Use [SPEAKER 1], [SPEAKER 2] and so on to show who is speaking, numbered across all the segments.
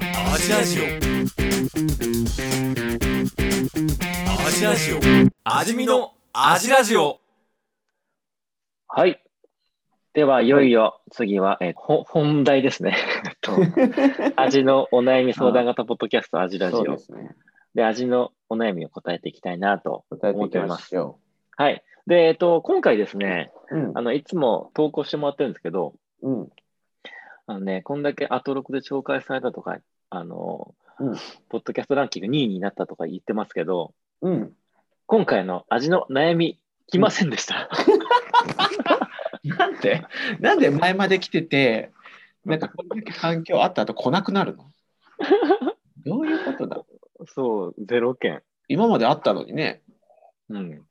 [SPEAKER 1] ラジオ味ラジオ味見の味ラジオ
[SPEAKER 2] はい。では、いよいよ次は、えーほ本題ですね。 えっ と味のお悩み相談型ポッドキャスト、味ラジ
[SPEAKER 3] そ
[SPEAKER 2] オ
[SPEAKER 3] うで。すね。
[SPEAKER 2] で、味のお悩みを答えていきたいなと。
[SPEAKER 3] 答えていきましょ
[SPEAKER 2] はい。で、えっと、今回ですね、
[SPEAKER 3] う。うん
[SPEAKER 2] あ。の、いつも投稿してもらってるんですけど、
[SPEAKER 3] うん。
[SPEAKER 2] あのね、こんだけアトロクで紹介されたとか、あの、
[SPEAKER 3] うん
[SPEAKER 2] ポッドキャストランキング2位になったとか言ってますけど、
[SPEAKER 3] うん。
[SPEAKER 2] 今回の味の悩み、来ませんで した。
[SPEAKER 3] なんで、なんで前まで来てて、なんかこんだけ反響あった後来なく なるのどういうことだ
[SPEAKER 2] そう、ゼロ件。
[SPEAKER 3] 今まであったのにね。
[SPEAKER 2] うん。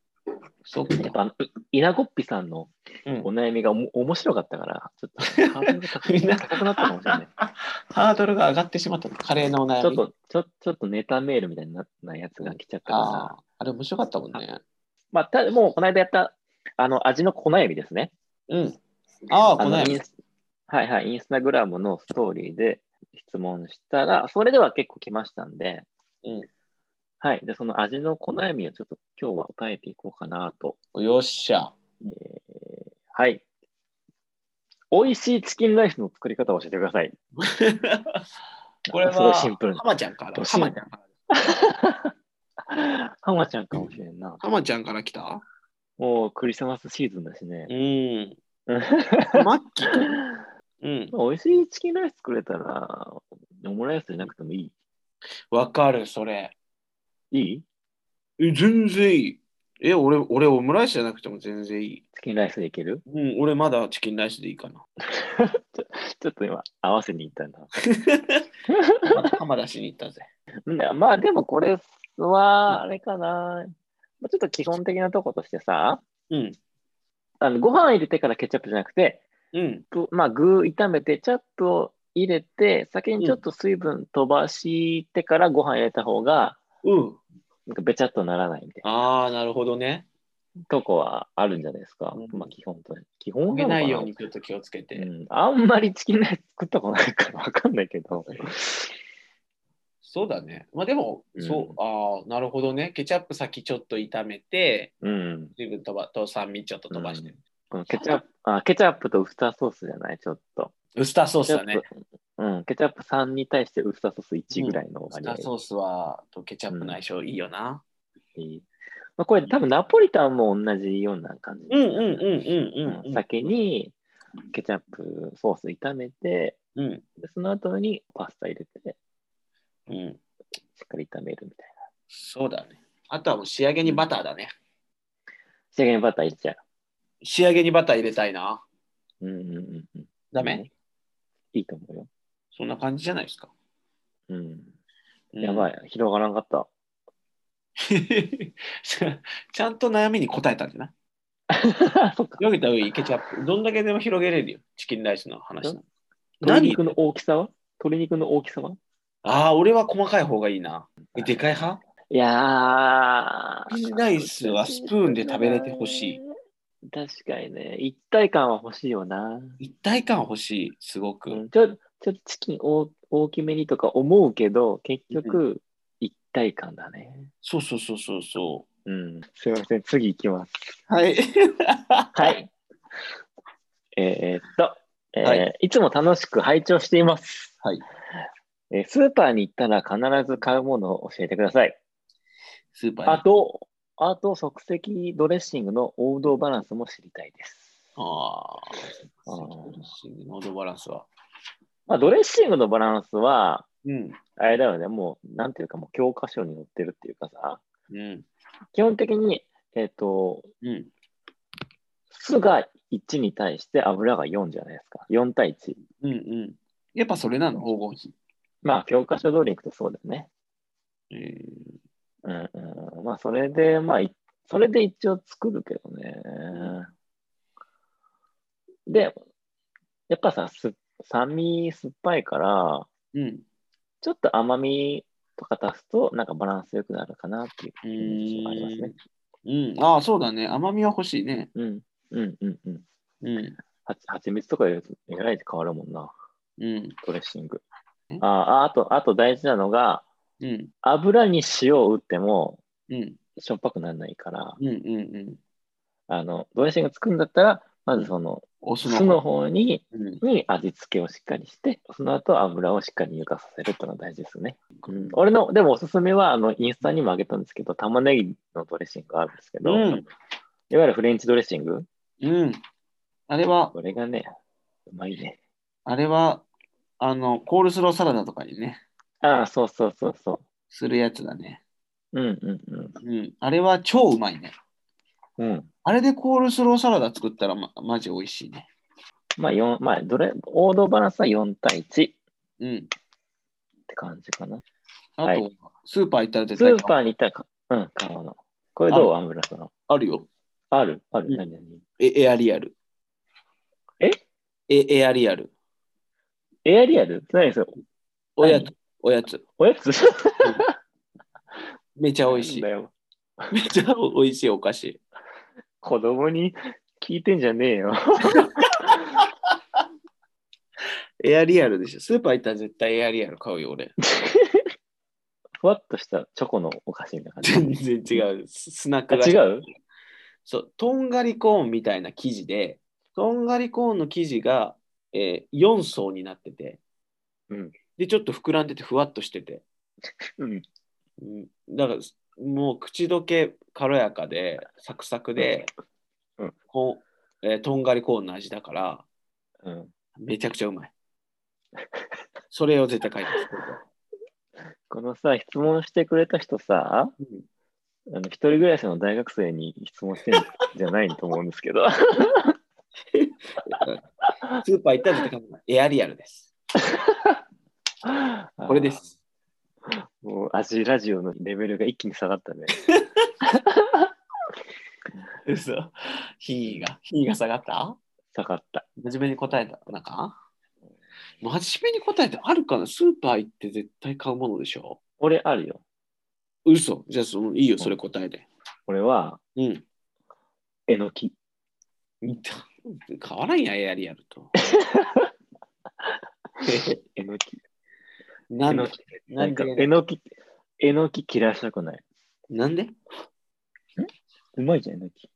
[SPEAKER 3] そう
[SPEAKER 2] やっ
[SPEAKER 3] か。
[SPEAKER 2] ぱあの、い稲子っぴさんの
[SPEAKER 3] うん
[SPEAKER 2] お悩みがおも面白かったから、ちょっ とハードルが高
[SPEAKER 3] みんな
[SPEAKER 2] 高くなったかもしれない。
[SPEAKER 3] ハードルが上がってしまったの。カレーのお
[SPEAKER 2] ち
[SPEAKER 3] 悩
[SPEAKER 2] ょっ
[SPEAKER 3] み。
[SPEAKER 2] と、ちょちょっとネタメールみたいななやつが来ちゃったから
[SPEAKER 3] ああ、あれ面白かったもんね。
[SPEAKER 2] まあ、たもうこの間やった、あの、味の粉指ですね。
[SPEAKER 3] うん。ああ、
[SPEAKER 2] あ
[SPEAKER 3] この
[SPEAKER 2] の
[SPEAKER 3] 悩
[SPEAKER 2] イン
[SPEAKER 3] み。
[SPEAKER 2] スはいはい、インスタグラムのストーリーで質問したら、それでは結構来ましたんで、
[SPEAKER 3] うん
[SPEAKER 2] はい。で、その味の粉指をちょっと今日は答えていこうかなと。
[SPEAKER 3] よっしゃ。
[SPEAKER 2] はい。美味しいチキンライスの作り方を教えてください。
[SPEAKER 3] これ
[SPEAKER 2] すごい
[SPEAKER 3] は、
[SPEAKER 2] シンプル
[SPEAKER 3] 浜ちゃんから。
[SPEAKER 2] どシン
[SPEAKER 3] 浜ちゃんから。
[SPEAKER 2] 浜ちゃんかもしれんな。
[SPEAKER 3] 浜ちゃんから来た
[SPEAKER 2] もうクリスマスシーズンだしね。
[SPEAKER 3] う
[SPEAKER 2] う
[SPEAKER 3] ん。
[SPEAKER 2] ん
[SPEAKER 3] マッキーか。うん。
[SPEAKER 2] 美味しいチキンライス作れたら、オムライスじゃなくてもい
[SPEAKER 3] わかる、それ。
[SPEAKER 2] いいい
[SPEAKER 3] え、全然いい。え、俺、俺、オムライスじゃなくても全然いい。
[SPEAKER 2] チキンライスでいける
[SPEAKER 3] うん、俺まだチキンライスでいいかな。
[SPEAKER 2] ちょっと今、合わせに行ったんだ。
[SPEAKER 3] まだ浜田しに行ったぜ。
[SPEAKER 2] うんまあでもこれは、あれかな。まあちょっと基本的なとことしてさ、
[SPEAKER 3] うん。
[SPEAKER 2] あのご飯入れてからケチャップじゃなくて、
[SPEAKER 3] うん。
[SPEAKER 2] ぷまあ具炒めて、チャップを入れて、先にちょっと水分飛ばしてからご飯入れた方が、
[SPEAKER 3] うん。
[SPEAKER 2] なんかべちゃっとならないみたいな。
[SPEAKER 3] ああ、なるほどね。
[SPEAKER 2] とこはあるんじゃないですか。
[SPEAKER 3] うん
[SPEAKER 2] まあ基本と基本な
[SPEAKER 3] 焦げ
[SPEAKER 2] のか
[SPEAKER 3] ないようにちょっと気をつけて。
[SPEAKER 2] うんあんまりチキンライス作ったことないからわかんないけ ど。
[SPEAKER 3] そうだね。まあでも、
[SPEAKER 2] うん
[SPEAKER 3] そう、ああ、なるほどね。ケチャップ先ちょっと炒めて、
[SPEAKER 2] うん。
[SPEAKER 3] 水分とばと酸味ちょっと飛ばして。
[SPEAKER 2] このケチャップ、あ、ケチャップとウスターソースじゃないちょっと。
[SPEAKER 3] ウスターソー
[SPEAKER 2] ケ
[SPEAKER 3] ス
[SPEAKER 2] チャ
[SPEAKER 3] だ
[SPEAKER 2] ッ
[SPEAKER 3] ね。
[SPEAKER 2] プ、うん。ケチャップ3に対してウスターソース1ぐらいの
[SPEAKER 3] ウス
[SPEAKER 2] 割
[SPEAKER 3] タ
[SPEAKER 2] 合
[SPEAKER 3] ーソースはとケチャップの相性いいよ
[SPEAKER 2] ま
[SPEAKER 3] な。
[SPEAKER 2] あ、これ多分ナポリタンも同じような感じ。
[SPEAKER 3] うんうんうんうんうん。
[SPEAKER 2] 先にケチャップソース炒めて、
[SPEAKER 3] うん。
[SPEAKER 2] でその後にパスタ入れて、
[SPEAKER 3] うん。
[SPEAKER 2] しっかり炒めるみたいな。
[SPEAKER 3] そうだね。あとはもう仕上げにバターだね。
[SPEAKER 2] 仕上げにバター入れちゃ
[SPEAKER 3] 仕上げにバター入れたいな。
[SPEAKER 2] う。うんうんうんうん。
[SPEAKER 3] ダメ、
[SPEAKER 2] うんいいと思うよ。
[SPEAKER 3] そんな感じじゃないですか。
[SPEAKER 2] うん。
[SPEAKER 3] うん
[SPEAKER 2] やば。い、広がらなかった。
[SPEAKER 3] ちゃんと悩みに答えたんじゃない
[SPEAKER 2] そっか。
[SPEAKER 3] 広げた上いケチャップ。どんだけでも広げれるよ。チキンライスの話の。
[SPEAKER 2] 鶏肉の大きさは鶏肉の大きさは
[SPEAKER 3] ああ、俺は細かい方がいいな。えでかい派
[SPEAKER 2] いやー。
[SPEAKER 3] チキンライスはスプーンで食べれてほしい。
[SPEAKER 2] い。確かにね、一体感は欲しいよな。
[SPEAKER 3] 一体感欲しい、すごく。
[SPEAKER 2] うん、ちょちょっとチキン大大きめにとか思うけど、結局、一体感だね。
[SPEAKER 3] そうそうそうそうそ
[SPEAKER 2] うん。すいません、次行きます。
[SPEAKER 3] う。はい。
[SPEAKER 2] はい。えーっと、えー、
[SPEAKER 3] はい
[SPEAKER 2] つも楽しく拝聴しています。
[SPEAKER 3] はい。
[SPEAKER 2] えースーパーに行ったら必ず買うものを教えてください。
[SPEAKER 3] スーパーに
[SPEAKER 2] あと、あと即席ドレッシングの王道バランスも知りたいです。
[SPEAKER 3] ああ。
[SPEAKER 2] あー
[SPEAKER 3] ノードバランスは。
[SPEAKER 2] まあ、ドレッシングのバランスは、
[SPEAKER 3] うん。
[SPEAKER 2] あれだよね、もう、なんていうか、もう教科書に載ってるっていうかさ、
[SPEAKER 3] うん。
[SPEAKER 2] 基本的に、えっ、と、
[SPEAKER 3] うん。
[SPEAKER 2] 酢が1に対して油が4じゃないですか。4対1。
[SPEAKER 3] うんうん。やっぱそれなの、黄金比。
[SPEAKER 2] まあ、教科書通りにいくとそうだよね。
[SPEAKER 3] え
[SPEAKER 2] うんうん。まあ、それで、まあ、いそれで一応作るけどね。で、やっぱさ、す酸味酸っぱいから、
[SPEAKER 3] ーうん。
[SPEAKER 2] ちょっと甘みとか足すと、なんかバランスよくなるかなっていう
[SPEAKER 3] う
[SPEAKER 2] 印象がありますね
[SPEAKER 3] ん。。うん。ああ、そうだね。甘みは欲しいね。
[SPEAKER 2] うん。うんうんうん。
[SPEAKER 3] うん。
[SPEAKER 2] はち蜂蜜とか入れるとえらい変わるもんな、
[SPEAKER 3] うん。
[SPEAKER 2] ドレッシング。あああと、あと大事なのが、
[SPEAKER 3] うん。
[SPEAKER 2] 油に塩を打っても
[SPEAKER 3] うん。
[SPEAKER 2] しょっぱくならないから、
[SPEAKER 3] うん。うん。うん。
[SPEAKER 2] あの、ドレッシング作るんだったら、まずその、
[SPEAKER 3] お酢の
[SPEAKER 2] 酢の方に、
[SPEAKER 3] うん。
[SPEAKER 2] に味付けをしっかりして、その後油をしっかり乳化させるってのが大事ですね。
[SPEAKER 3] うん
[SPEAKER 2] 俺の、でもおすすめは、あの、インスタにもあげたんですけど、玉ねぎのドレッシングがあるんですけど、
[SPEAKER 3] うん
[SPEAKER 2] いわゆるフレンチドレッシング、
[SPEAKER 3] うん。あれは、
[SPEAKER 2] これがね、うまいね。
[SPEAKER 3] あれは、あの、コールスローサラダとかにね、
[SPEAKER 2] ああ、そうそうそうそ
[SPEAKER 3] するやつだね。
[SPEAKER 2] う。うんうんうん。
[SPEAKER 3] うん。あれは超うまいね。
[SPEAKER 2] うん。
[SPEAKER 3] あれでコールスローサラダ作ったらま、マジ美味しいね。
[SPEAKER 2] まあ、四まあ、どれ、王道バランスは4対1っ
[SPEAKER 3] うん。
[SPEAKER 2] て感じかな。
[SPEAKER 3] あと、
[SPEAKER 2] はい
[SPEAKER 3] スーパー行ったら絶
[SPEAKER 2] ス
[SPEAKER 3] 対
[SPEAKER 2] ーパーに行ったらか、うん、買うの。これどうアンブラさん。
[SPEAKER 3] あるよ。
[SPEAKER 2] あるある、
[SPEAKER 3] うん
[SPEAKER 2] 何何
[SPEAKER 3] えエアリアル。
[SPEAKER 2] え
[SPEAKER 3] えエアリアル。
[SPEAKER 2] エアリアル何それ
[SPEAKER 3] おやつ
[SPEAKER 2] 何、
[SPEAKER 3] おやつ。
[SPEAKER 2] おやつ
[SPEAKER 3] めちゃ美味し い
[SPEAKER 2] なんだ。よ
[SPEAKER 3] めちゃ美味しいお菓子。
[SPEAKER 2] 子供に聞いてんじゃねえよ。
[SPEAKER 3] エアリアルでしょ。スーパー行ったら絶対エアリアル買うよ、 俺。
[SPEAKER 2] ふわっとしたチョコのお菓子みたいな感じ。
[SPEAKER 3] 全然違う。ススナッ
[SPEAKER 2] あ
[SPEAKER 3] ク菓子
[SPEAKER 2] 違う
[SPEAKER 3] そう、とんがりコーンみたいな生地で、とんがりコーンの生地が、えー、4層になってて、
[SPEAKER 2] うん
[SPEAKER 3] で、ちょっと膨らんでてふわっとしてて、
[SPEAKER 2] うん。
[SPEAKER 3] うん、だからもう口どけ軽やかでサクサクで、
[SPEAKER 2] うんうん
[SPEAKER 3] こうえーとんがりコーンの味だから
[SPEAKER 2] うん、
[SPEAKER 3] めちゃくちゃうまい。それを絶対書いて
[SPEAKER 2] このさ、質問してくれた人さ、
[SPEAKER 3] ますうん
[SPEAKER 2] あの一人暮らしの大学生に質問してんじゃないと思うんです けど、
[SPEAKER 3] スーパー行ったら絶対書いてますエアリアルです。これで。す。
[SPEAKER 2] もう味ラジオのレベルが一気に下がったね。
[SPEAKER 3] 嘘。品位が、品位が下がった
[SPEAKER 2] 下がった。
[SPEAKER 3] 真面目に答えたなんか真面目に答えてあるかなスーパー行って絶対買うものでしょ
[SPEAKER 2] 俺あるよ。
[SPEAKER 3] 嘘じゃあそのいいよそれ答えて
[SPEAKER 2] 俺は、
[SPEAKER 3] うん
[SPEAKER 2] えのき。
[SPEAKER 3] 変わらんやエアリアルと
[SPEAKER 2] えのき。
[SPEAKER 3] なんで
[SPEAKER 2] な
[SPEAKER 3] な
[SPEAKER 2] んん
[SPEAKER 3] で
[SPEAKER 2] か、えのき、えのき嫌いしたくない。
[SPEAKER 3] なんで
[SPEAKER 2] うまいじゃん、えのき。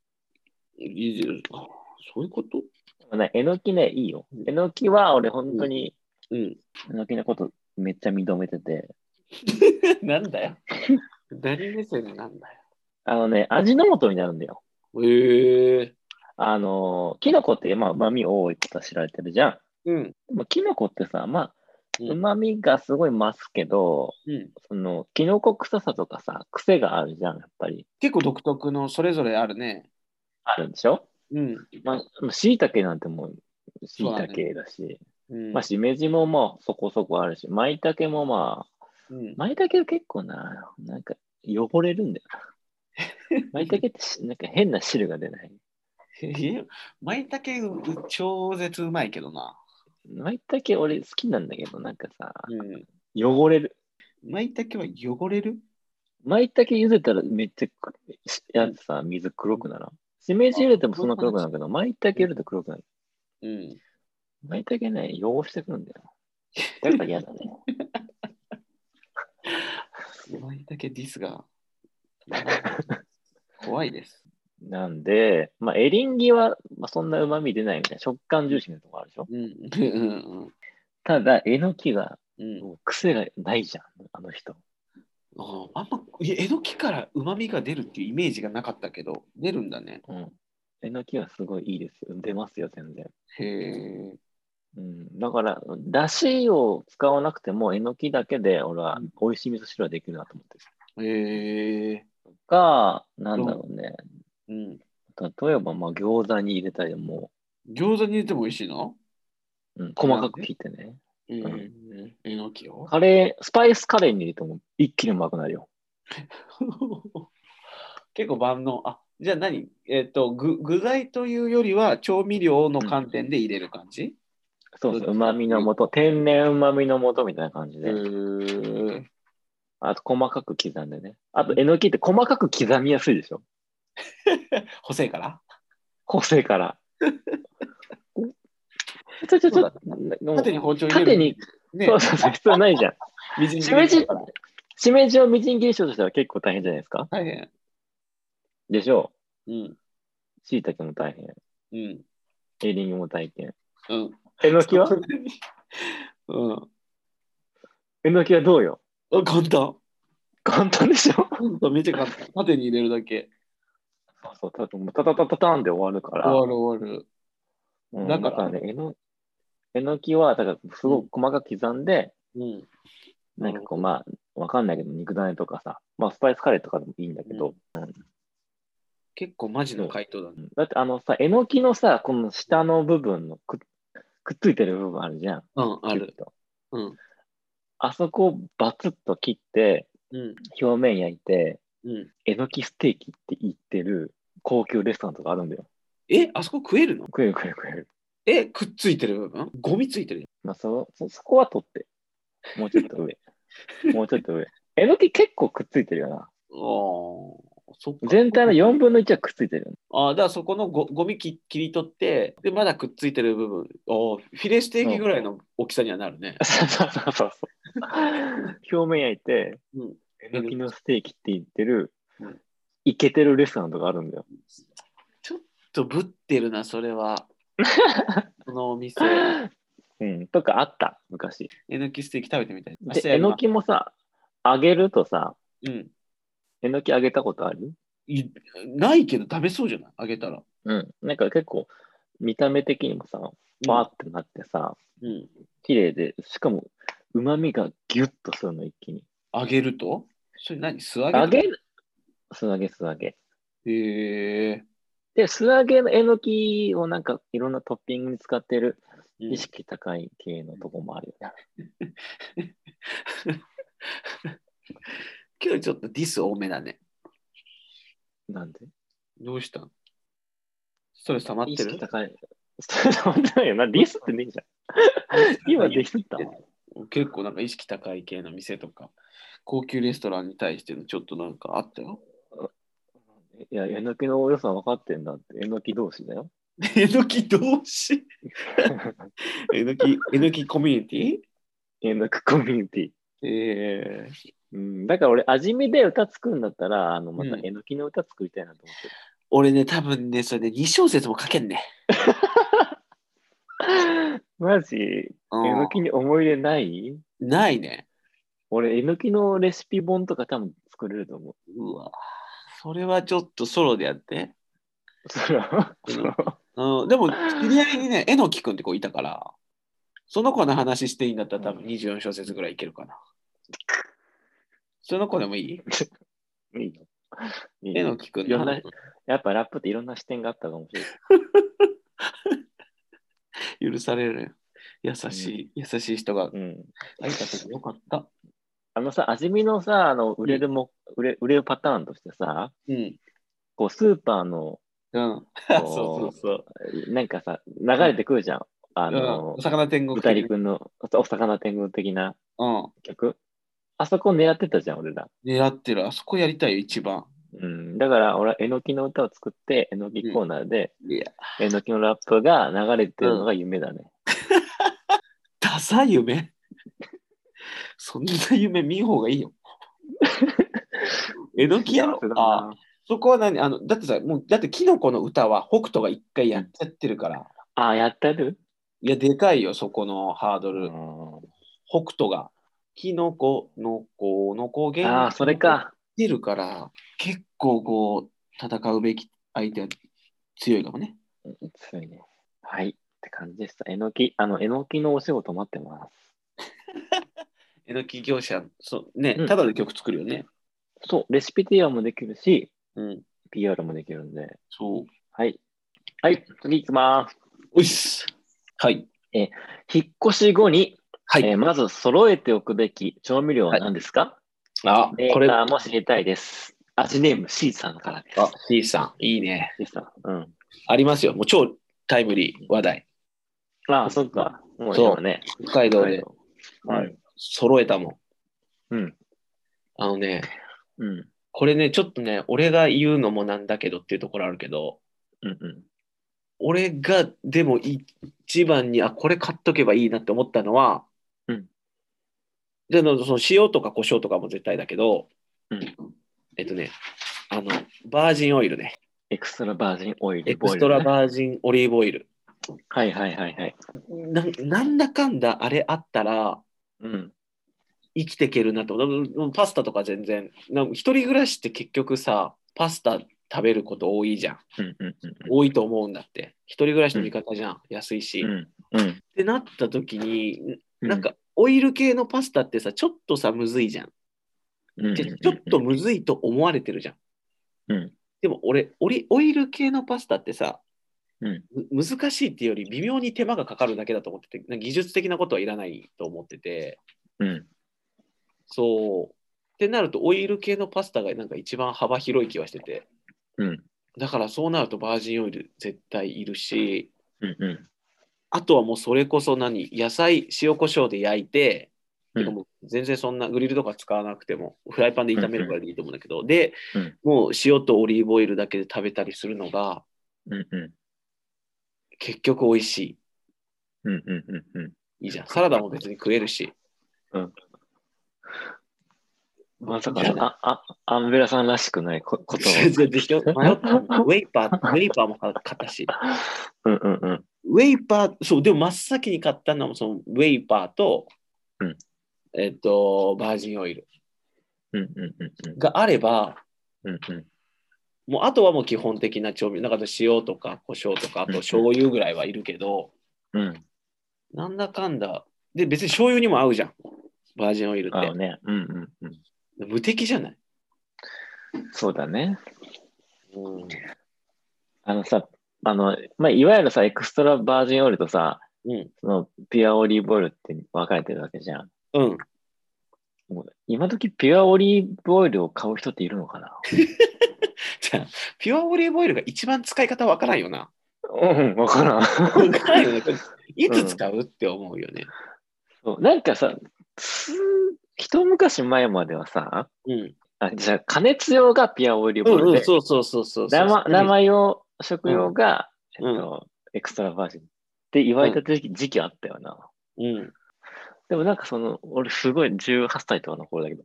[SPEAKER 3] いいじゃんあそういうこと
[SPEAKER 2] でもね、えのきね、いいよ
[SPEAKER 3] う。ん
[SPEAKER 2] えのきは俺、本当に、
[SPEAKER 3] うん
[SPEAKER 2] えのきのことめっちゃ認めてて。
[SPEAKER 3] なんだ よ何目線なんだ
[SPEAKER 2] あのね、味の素になるんだよ。
[SPEAKER 3] よへえ
[SPEAKER 2] あのー、キノコって、まあ、旨味多いことは知られてるじゃん。
[SPEAKER 3] うん
[SPEAKER 2] でも、キノコってさ、まあ、
[SPEAKER 3] うん
[SPEAKER 2] 旨味がすごい増すけど、
[SPEAKER 3] うん
[SPEAKER 2] その、キノコ臭さとかさ、癖があるじゃん、やっぱり。
[SPEAKER 3] 結構独特のそれぞれあるね
[SPEAKER 2] あるんでしょ
[SPEAKER 3] うん
[SPEAKER 2] まあ、しいたけなんてもう、しい
[SPEAKER 3] そう
[SPEAKER 2] た
[SPEAKER 3] だね
[SPEAKER 2] けだし。
[SPEAKER 3] うん
[SPEAKER 2] まあ、しめじもまあそこそこあるし、まいたけもまあ、
[SPEAKER 3] うん
[SPEAKER 2] まいたけは結構な、なんか汚れるんだよな。まいたけってしなんか変な汁が出ない。
[SPEAKER 3] えまいたけ超絶うまいけどな。
[SPEAKER 2] まいたけ俺好きなんだけど、なんかさ、
[SPEAKER 3] うん。
[SPEAKER 2] 汚れる。
[SPEAKER 3] まいたけは汚れる
[SPEAKER 2] まいたけ茹でたらめっちゃく、しやつさ、水黒くならん。しめじ茹でてもそんな黒くなるけど、まいたけ茹でて黒くなる。
[SPEAKER 3] うん。
[SPEAKER 2] まいたけね、汚してくるんだよ。だから嫌だね。
[SPEAKER 3] まいたけディスが。怖いです。
[SPEAKER 2] なんで、まあ、エリンギは、まあ、そんな旨味出ないみたいな、食感重視のとこあるでしょ。
[SPEAKER 3] うん。うん。
[SPEAKER 2] ただ、えのきが
[SPEAKER 3] うん。
[SPEAKER 2] もう癖がないじゃん、あの人。
[SPEAKER 3] ああんま、ええのきからうまみが出るっていうイメージがなかったけど、出るんだね。
[SPEAKER 2] うん。えのきはすごいいいですよ。出ますよ、全然。
[SPEAKER 3] へえ。
[SPEAKER 2] うん。だから、だしを使わなくても、えのきだけで、俺は美味しい味噌汁はできるなと思ってる。
[SPEAKER 3] へえ。
[SPEAKER 2] か、なんだろうね。
[SPEAKER 3] うん。
[SPEAKER 2] 例えば、まあ、餃子に入れたりも、
[SPEAKER 3] 餃子に入れても美味しいの
[SPEAKER 2] うん、細かく切ってね。
[SPEAKER 3] う。えのきを
[SPEAKER 2] カレー、スパイスカレーに入れても一気にうまくなるよ。
[SPEAKER 3] 結構万能。あじゃあ何えっ、と具、具材というよりは調味料の観点で入れる感じ、
[SPEAKER 2] そうそう、
[SPEAKER 3] う
[SPEAKER 2] うんまみの素、天然うまみの素みたいな感じ
[SPEAKER 3] へ
[SPEAKER 2] で。
[SPEAKER 3] ー
[SPEAKER 2] あと、細かく刻んでね。あと、えのきって細かく刻みやすいでしょ
[SPEAKER 3] 細いから
[SPEAKER 2] 個性 から。ちょちょちょ、
[SPEAKER 3] 縦に包丁入れる。
[SPEAKER 2] 縦に
[SPEAKER 3] ね
[SPEAKER 2] そうそうそう、必要ないじゃん。
[SPEAKER 3] みじん切
[SPEAKER 2] し
[SPEAKER 3] り
[SPEAKER 2] めじ、しめじをみじん切りしようとしたら結構大変じゃないですか
[SPEAKER 3] 大変。
[SPEAKER 2] でしょ
[SPEAKER 3] うん。
[SPEAKER 2] う。しいたけも大変。
[SPEAKER 3] うん。
[SPEAKER 2] エリンギも大変。
[SPEAKER 3] うん。
[SPEAKER 2] えのきは
[SPEAKER 3] うん。
[SPEAKER 2] えのきはどうよ
[SPEAKER 3] あ簡単。
[SPEAKER 2] 簡単でしょ
[SPEAKER 3] 簡単、見て簡単。縦に入れるだけ。
[SPEAKER 2] そうそう、たもうタタタタタンで終わるから。
[SPEAKER 3] 終わる終わる。
[SPEAKER 2] うん
[SPEAKER 3] だ
[SPEAKER 2] だ
[SPEAKER 3] か
[SPEAKER 2] かららね、えのえのきは、だからすごく細かく刻んで、
[SPEAKER 3] うん。
[SPEAKER 2] なんかこう、まあ、わかんないけど、肉だねとかさ、まあ、スパイスカレーとかでもいいんだけど、
[SPEAKER 3] 結構マジの回答だね。
[SPEAKER 2] だってあのさ、えのきのさ、この下の部分のくくっついてる部分あるじゃん。
[SPEAKER 3] うん、あ
[SPEAKER 2] キュ
[SPEAKER 3] る。
[SPEAKER 2] ッと
[SPEAKER 3] うん。
[SPEAKER 2] あそこをバツッと切って、
[SPEAKER 3] うん。
[SPEAKER 2] 表面焼いて、
[SPEAKER 3] うん。
[SPEAKER 2] えのきステーキって言ってる高級レストランとかあるんだよ。
[SPEAKER 3] え、あそこ食えるの
[SPEAKER 2] 食える食える食える。
[SPEAKER 3] え、くっついてる部分ゴミついてる
[SPEAKER 2] まあ、そそそこは取って。もうちょっと 上。もうちょっと上。えのき結構くっついてるよな。
[SPEAKER 3] ああ、そっか。
[SPEAKER 2] 全体の4分の1はくっついてるよね。
[SPEAKER 3] ああ、だからそこのごゴミき切り取って、で、まだくっついてる部分、おーフィレステーキぐらいの大きさにはなるね。
[SPEAKER 2] そうそうそうそう。表面焼いて、
[SPEAKER 3] うん。
[SPEAKER 2] えのきのステーキって言ってる
[SPEAKER 3] うん、
[SPEAKER 2] いけてるレストランとかあるんだよ。
[SPEAKER 3] ちょっとぶってるな、そ れは。このお店、
[SPEAKER 2] うん。とかあった、昔。
[SPEAKER 3] えのきステーキ食べてみたい。明
[SPEAKER 2] で、
[SPEAKER 3] 日や
[SPEAKER 2] え
[SPEAKER 3] るわ
[SPEAKER 2] のきもさ、揚げるとさ、
[SPEAKER 3] うん。
[SPEAKER 2] えのき揚げたことある
[SPEAKER 3] いないけど食べそうじゃないあげたら。
[SPEAKER 2] うん。なんか結構、見た目的にもさ、バーってなってさ、
[SPEAKER 3] うん。
[SPEAKER 2] 綺麗で、しかも、うまみがギュッとするの、一気に。
[SPEAKER 3] あ、げるとそれ何素揚げ
[SPEAKER 2] 揚げ素揚げ素揚げ。
[SPEAKER 3] へえ
[SPEAKER 2] で、素揚げのえのきをなんかいろんなトッピングに使ってる
[SPEAKER 3] うん
[SPEAKER 2] 意識高い系のとこもあるよね。
[SPEAKER 3] 今日ちょっとディス多めだね。
[SPEAKER 2] なんで
[SPEAKER 3] どうしたんストレス溜まって
[SPEAKER 2] 意
[SPEAKER 3] る
[SPEAKER 2] 識高い。 そうなんよな。ディスってねえじゃん。今ディスった
[SPEAKER 3] 結構なんか意識高い系の店とか、高級レストランに対してのちょっとなんかあったよ。
[SPEAKER 2] いや、えのきの良さ分かってんだって。えのき同士だよ。
[SPEAKER 3] えのき同士 えのき、えのきコミュニティ
[SPEAKER 2] えのきコミュニティ。
[SPEAKER 3] ええ
[SPEAKER 2] うん、だから俺、味見で歌作るんだったら、あのまた
[SPEAKER 3] うん
[SPEAKER 2] えのきの歌作りたいなと思ってる。
[SPEAKER 3] 俺ね、多分ね、それで2小節も書けんね。
[SPEAKER 2] マジえ
[SPEAKER 3] うん
[SPEAKER 2] のきに思い入れない
[SPEAKER 3] ないね。
[SPEAKER 2] 俺、えのきのレシピ本とか多分作れると思う。
[SPEAKER 3] うわ。それはちょっとソロでやって。
[SPEAKER 2] そら、
[SPEAKER 3] うん
[SPEAKER 2] そら
[SPEAKER 3] うん、でも、知り合いにね、えのきくんって子いたから、その子の話していいんだったら多分24小節ぐらいいけるかな。その子でもいい
[SPEAKER 2] いいよ。いい
[SPEAKER 3] え
[SPEAKER 2] よ
[SPEAKER 3] のきくんの話
[SPEAKER 2] やっぱラップっていろんな視点があったかもしれない。
[SPEAKER 3] 許される。優しい、優しい人が
[SPEAKER 2] うん、
[SPEAKER 3] 入った時よかった。
[SPEAKER 2] あのさ、味見のさ、あの売れるも、売れ売れるパターンとしてさ、
[SPEAKER 3] うん。
[SPEAKER 2] こうスーパーの
[SPEAKER 3] うん。 そうそうそう。
[SPEAKER 2] なんかさ、流れてくるじゃん。あ
[SPEAKER 3] うん、
[SPEAKER 2] の
[SPEAKER 3] お、魚天国
[SPEAKER 2] 豚肉のお魚天狗的な
[SPEAKER 3] うん。
[SPEAKER 2] 曲。あそこ狙ってたじゃん、俺ら。
[SPEAKER 3] 狙ってる。あそこやりたいよ、一番。
[SPEAKER 2] うん、だから俺はえのきの歌を作って、えのきコーナーで、
[SPEAKER 3] いや、
[SPEAKER 2] えのきのラップが流れてるのが夢だね。
[SPEAKER 3] ダサい夢。そんな夢見ん方がい いよ。えのきやろ
[SPEAKER 2] 幸せだ。
[SPEAKER 3] あ
[SPEAKER 2] な
[SPEAKER 3] そこは何あのだってさ、もうだってキノコの歌は北斗が一回やっちゃってるから。
[SPEAKER 2] あやってる、
[SPEAKER 3] いや、でかいよ、そこのハード
[SPEAKER 2] う
[SPEAKER 3] ル。
[SPEAKER 2] ん、
[SPEAKER 3] 北斗が。キノコのこのこげ
[SPEAKER 2] ああ、それ。か。
[SPEAKER 3] 出るから、結構こう、戦うべき相手は強いかもね。
[SPEAKER 2] 強いね。はい。って感じでした。えのき、あの、えのきのお仕事待ってます。
[SPEAKER 3] えのき業者、そうね
[SPEAKER 2] う、ん
[SPEAKER 3] ただで曲作るよね。
[SPEAKER 2] そう、レシピ提案もできるし、
[SPEAKER 3] うん。
[SPEAKER 2] PR もできるんで。
[SPEAKER 3] そ
[SPEAKER 2] はい。はい、次行きます。
[SPEAKER 3] う。おいっす。はい。
[SPEAKER 2] 引っ越し後に、
[SPEAKER 3] はい。
[SPEAKER 2] えーまず揃えておくべき調味料は何ですか、
[SPEAKER 3] あ、
[SPEAKER 2] メー
[SPEAKER 3] これ、
[SPEAKER 2] カ
[SPEAKER 3] あ
[SPEAKER 2] ー、も知りたいです。味ネーム C さんからです。
[SPEAKER 3] C さん、いいね。
[SPEAKER 2] C さん。うん。
[SPEAKER 3] ありますよ。もう超タイムリー話題。
[SPEAKER 2] ああ、そっか。もう
[SPEAKER 3] そう
[SPEAKER 2] 今ね。
[SPEAKER 3] 北海道で
[SPEAKER 2] は
[SPEAKER 3] う
[SPEAKER 2] い。
[SPEAKER 3] 揃えたもん。
[SPEAKER 2] うん。
[SPEAKER 3] あのね、
[SPEAKER 2] うん。
[SPEAKER 3] これね、ちょっとね、俺が言うのもなんだけどっていうところあるけど、
[SPEAKER 2] うんうん。
[SPEAKER 3] 俺がでも一番に、あ、これ買っとけばいいなって思ったのは、
[SPEAKER 2] うん
[SPEAKER 3] でのその塩とか胡椒とかも絶対だけど、
[SPEAKER 2] うん
[SPEAKER 3] えっとね、あの、バージンオイルね。
[SPEAKER 2] エクストラバージンオイル。
[SPEAKER 3] エクストラ
[SPEAKER 2] ージン。
[SPEAKER 3] バージンオリーブオイル。
[SPEAKER 2] はいはいはいはい。
[SPEAKER 3] ななんだかんだあれあったら
[SPEAKER 2] うん。
[SPEAKER 3] 生きていけるなと。うんパスタとか全然。なん一人暮らしって結局さ、パスタ食べること多いじゃん。
[SPEAKER 2] うんうんうん
[SPEAKER 3] 多いと思うんだって。一人暮らしの味方じゃん。安いし。
[SPEAKER 2] う
[SPEAKER 3] っ
[SPEAKER 2] ん。うん。
[SPEAKER 3] てなった時に、
[SPEAKER 2] うん。
[SPEAKER 3] なんかオイル系のパスタってさ、ちょっとさ、むずいじゃん。
[SPEAKER 2] うん、
[SPEAKER 3] でちょっとむずいと思われてるじゃん。
[SPEAKER 2] うん
[SPEAKER 3] でも俺オリ、オイル系のパスタってさ、
[SPEAKER 2] うん
[SPEAKER 3] む難しいっていうより微妙に手間がかかるだけだと思ってて、なんか技術的なことはいらないと思ってて、
[SPEAKER 2] うん。
[SPEAKER 3] そう。ってなると、オイル系のパスタがなんか一番幅広い気はしてて、
[SPEAKER 2] うん。
[SPEAKER 3] だからそうなるとバージンオイル絶対いるし、
[SPEAKER 2] うん。うん。
[SPEAKER 3] あとはもうそれこそ何、野菜、塩コショウで焼い
[SPEAKER 2] う
[SPEAKER 3] て、
[SPEAKER 2] ん
[SPEAKER 3] てかもう全然そんなグリルとか使わなくても、フライパンで炒めるぐらいでいいと思うんだけど、で、
[SPEAKER 2] うん
[SPEAKER 3] もう塩とオリーブオイルだけで食べたりするのが、
[SPEAKER 2] うん。うん。
[SPEAKER 3] 結局美味しい。
[SPEAKER 2] うん。うん。うん。
[SPEAKER 3] いいじゃん。サラダも別に食えるし。
[SPEAKER 2] まさかの、あ、あ、アンベラさんらしくないこことを。
[SPEAKER 3] 全然できよ迷ったもん。ウェイパー、ウェイパーも買ったし。
[SPEAKER 2] うんうんうん。
[SPEAKER 3] ウェイパー、そう、でも真っ先に買ったのはそのウェイパーと、
[SPEAKER 2] うん
[SPEAKER 3] えっと、バージンオイル
[SPEAKER 2] うんうんうんうん。
[SPEAKER 3] があれば、
[SPEAKER 2] うんうん
[SPEAKER 3] もうあとはもう基本的な調味料、なんかあと塩とか胡椒とか、あと醤油ぐらいはいるけど、
[SPEAKER 2] うん。
[SPEAKER 3] なんだかんだ、で別に醤油にも合うじゃん、バージンオイルっ
[SPEAKER 2] あの
[SPEAKER 3] て。
[SPEAKER 2] ね。うんうんうん。
[SPEAKER 3] 無敵じゃない、
[SPEAKER 2] そうだね。
[SPEAKER 3] うん
[SPEAKER 2] あのさ、あの、まあ、いわゆるさ、エクストラバージンオイルとさ、
[SPEAKER 3] うん、
[SPEAKER 2] そのピュアオリーブオイルって分かれてるわけじゃん。
[SPEAKER 3] うん。
[SPEAKER 2] もう今時ピュアオリーブオイルを買う人っているのかな
[SPEAKER 3] じゃあピュアオリーブオイルが一番使い方わからんよな。
[SPEAKER 2] うん、分からん。
[SPEAKER 3] わからんよね。これいつ使うって思うよね。
[SPEAKER 2] そうなんかさ、す一昔前まではさ、
[SPEAKER 3] うん。
[SPEAKER 2] あじゃあ加熱用がピュアオリーブオイルで、
[SPEAKER 3] そうそうそうそうそう。
[SPEAKER 2] 生生用、食用が、
[SPEAKER 3] うん
[SPEAKER 2] えっと、エクストラバージンって言われた時期,、時期あったよな。
[SPEAKER 3] うん。
[SPEAKER 2] でもなんかその、俺すごい18歳とかの頃だけど、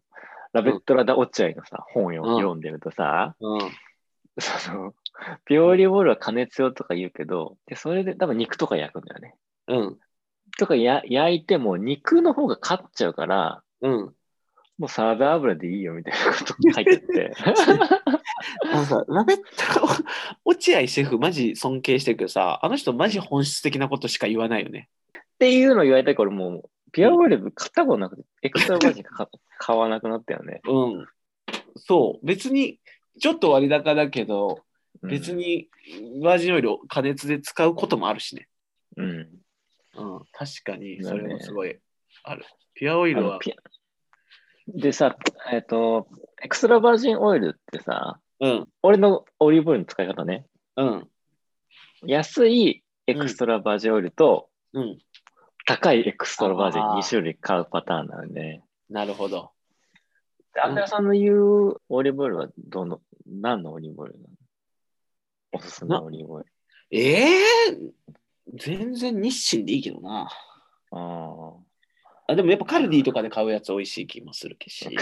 [SPEAKER 2] ラベットラダ・オッチャイのさ、本を
[SPEAKER 3] うん
[SPEAKER 2] 読んでるとさ、
[SPEAKER 3] うん。
[SPEAKER 2] その、ピュアオリーブオイルは加熱用とか言うけど、で、それで多分肉とか焼くんだよね。
[SPEAKER 3] うん。
[SPEAKER 2] とかや焼いても肉の方が勝っちゃうから、
[SPEAKER 3] うん。
[SPEAKER 2] もうサラダ油でいいよみたいなこと書いてって。
[SPEAKER 3] あのさ、ラベッタ、落合シェフ、マジ尊敬してるけどさ、あの人、マジ本質的なことしか言わないよね。
[SPEAKER 2] っていうのを言われたからもう、ピュアオイル買ったことなくて、エクストラバージンか買わなくなったよね。
[SPEAKER 3] うん。そう、別に、ちょっと割高だけど、別
[SPEAKER 2] に。
[SPEAKER 3] にバージンオイルを加熱で使うこともあるしね。
[SPEAKER 2] うん。
[SPEAKER 3] うん、確かに、
[SPEAKER 2] だ
[SPEAKER 3] そ
[SPEAKER 2] ね
[SPEAKER 3] れもすごいある。ピュアオイル
[SPEAKER 2] あの
[SPEAKER 3] は、
[SPEAKER 2] ピでさ、えっ、と、エクストラバージンオイルってさ、
[SPEAKER 3] うん、
[SPEAKER 2] 俺のオリーブオイルの使い方ね、
[SPEAKER 3] うん、
[SPEAKER 2] 安いエクストラバージンオイルと、
[SPEAKER 3] うん。
[SPEAKER 2] 高いエクストラバージン
[SPEAKER 3] あー
[SPEAKER 2] 2種類買うパターンなので、
[SPEAKER 3] なるほど。
[SPEAKER 2] でアンデラさんの言うオリーブオイルはどの、何のオリーブオイルなのおすすめのオリーブオイル。
[SPEAKER 3] ええ全然日清でいいけどな。
[SPEAKER 2] あ
[SPEAKER 3] あでもやっぱカルディとかで買うやつ美味しい気もするけし。
[SPEAKER 2] あ。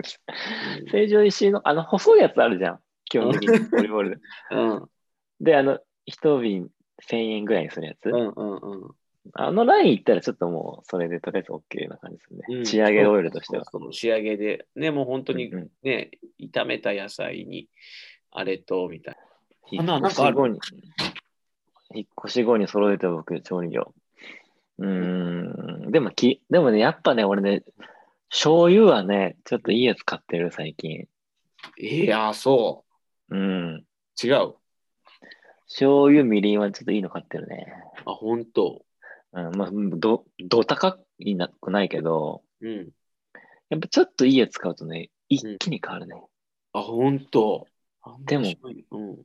[SPEAKER 2] 成城石井の、あの、細いやつあるじゃん。基本的に、オリーブオイル。
[SPEAKER 3] うん、
[SPEAKER 2] で、あの、一瓶1000円ぐらいにするやつ。
[SPEAKER 3] うん、うん、うん。
[SPEAKER 2] あのライン行ったらちょっともう、それでとりあえず OK な感じでするね。
[SPEAKER 3] うん
[SPEAKER 2] 仕上げオイルとしては。
[SPEAKER 3] そうそうそう仕上げで、ね、もう本当に
[SPEAKER 2] うんうん
[SPEAKER 3] ね、炒めた野菜に、あれと、みたい
[SPEAKER 2] 引
[SPEAKER 3] あな
[SPEAKER 2] っ
[SPEAKER 3] なん
[SPEAKER 2] 越
[SPEAKER 3] かあ
[SPEAKER 2] し
[SPEAKER 3] る
[SPEAKER 2] 後に、引っ越し後に揃えて僕、調理料。うーん、でもき、でもね、やっぱね、俺ね、醤油はね、ちょっといいやつ買ってる、最近。
[SPEAKER 3] な。いや、そ
[SPEAKER 2] うん。
[SPEAKER 3] う。違う。
[SPEAKER 2] 醤油、みりんはちょっといいの買ってるね。
[SPEAKER 3] あ、本当。
[SPEAKER 2] うん、まあ、ど、ど高いなくないけど、
[SPEAKER 3] うん。
[SPEAKER 2] やっぱちょっといいやつ買うとね、
[SPEAKER 3] うん
[SPEAKER 2] 一気に変わるね。
[SPEAKER 3] あ、本当。
[SPEAKER 2] でも
[SPEAKER 3] 面白い、うん。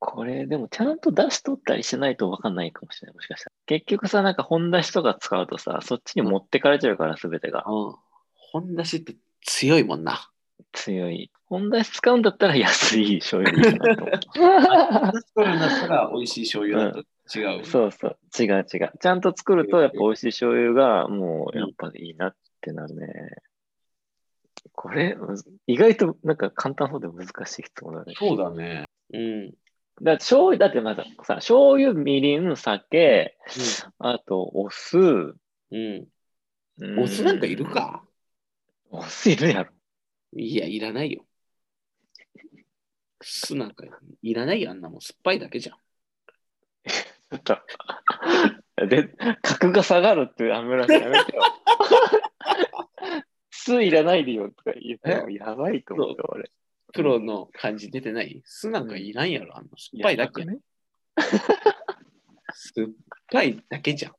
[SPEAKER 2] これ、でもちゃんと出し取ったりしないと分かんないかもしれない、もしかしたら。結局さ、なんか本出しとか使うとさ、そっちに持ってかれちゃうから、すべてが。
[SPEAKER 3] うん。本出しって強いもんな。
[SPEAKER 2] 強い。本出し使うんだったら安い醤油でいいかなと思う。
[SPEAKER 3] 出しとるんだったら美味しい醤油だった違う。
[SPEAKER 2] そうそう。違う違う。ちゃんと作ると、やっぱ美味しい醤油が、もう、やっぱいいなってなるね。これ、むず意外となんか簡単そうで難しい質問だね。
[SPEAKER 3] そうだね。うん。
[SPEAKER 2] だって醤油、だってまださ、醤油、みりん、酒、あと、お酢。
[SPEAKER 3] うん。
[SPEAKER 2] う
[SPEAKER 3] お酢なんかいるか
[SPEAKER 2] お酢いるやろ。
[SPEAKER 3] いや、いらないよ。酢なんかいらないよ、あんなもん。酸っぱいだけじゃん。
[SPEAKER 2] で、格が下がるってやめろやめて よ。酢いらないでよとか言ったらやばいと思うよ、俺。
[SPEAKER 3] プロの感じ出てない酢なんかいらんやろ、あんな。酸っぱいだけ。
[SPEAKER 2] ね。
[SPEAKER 3] 酸っぱいだけじゃん。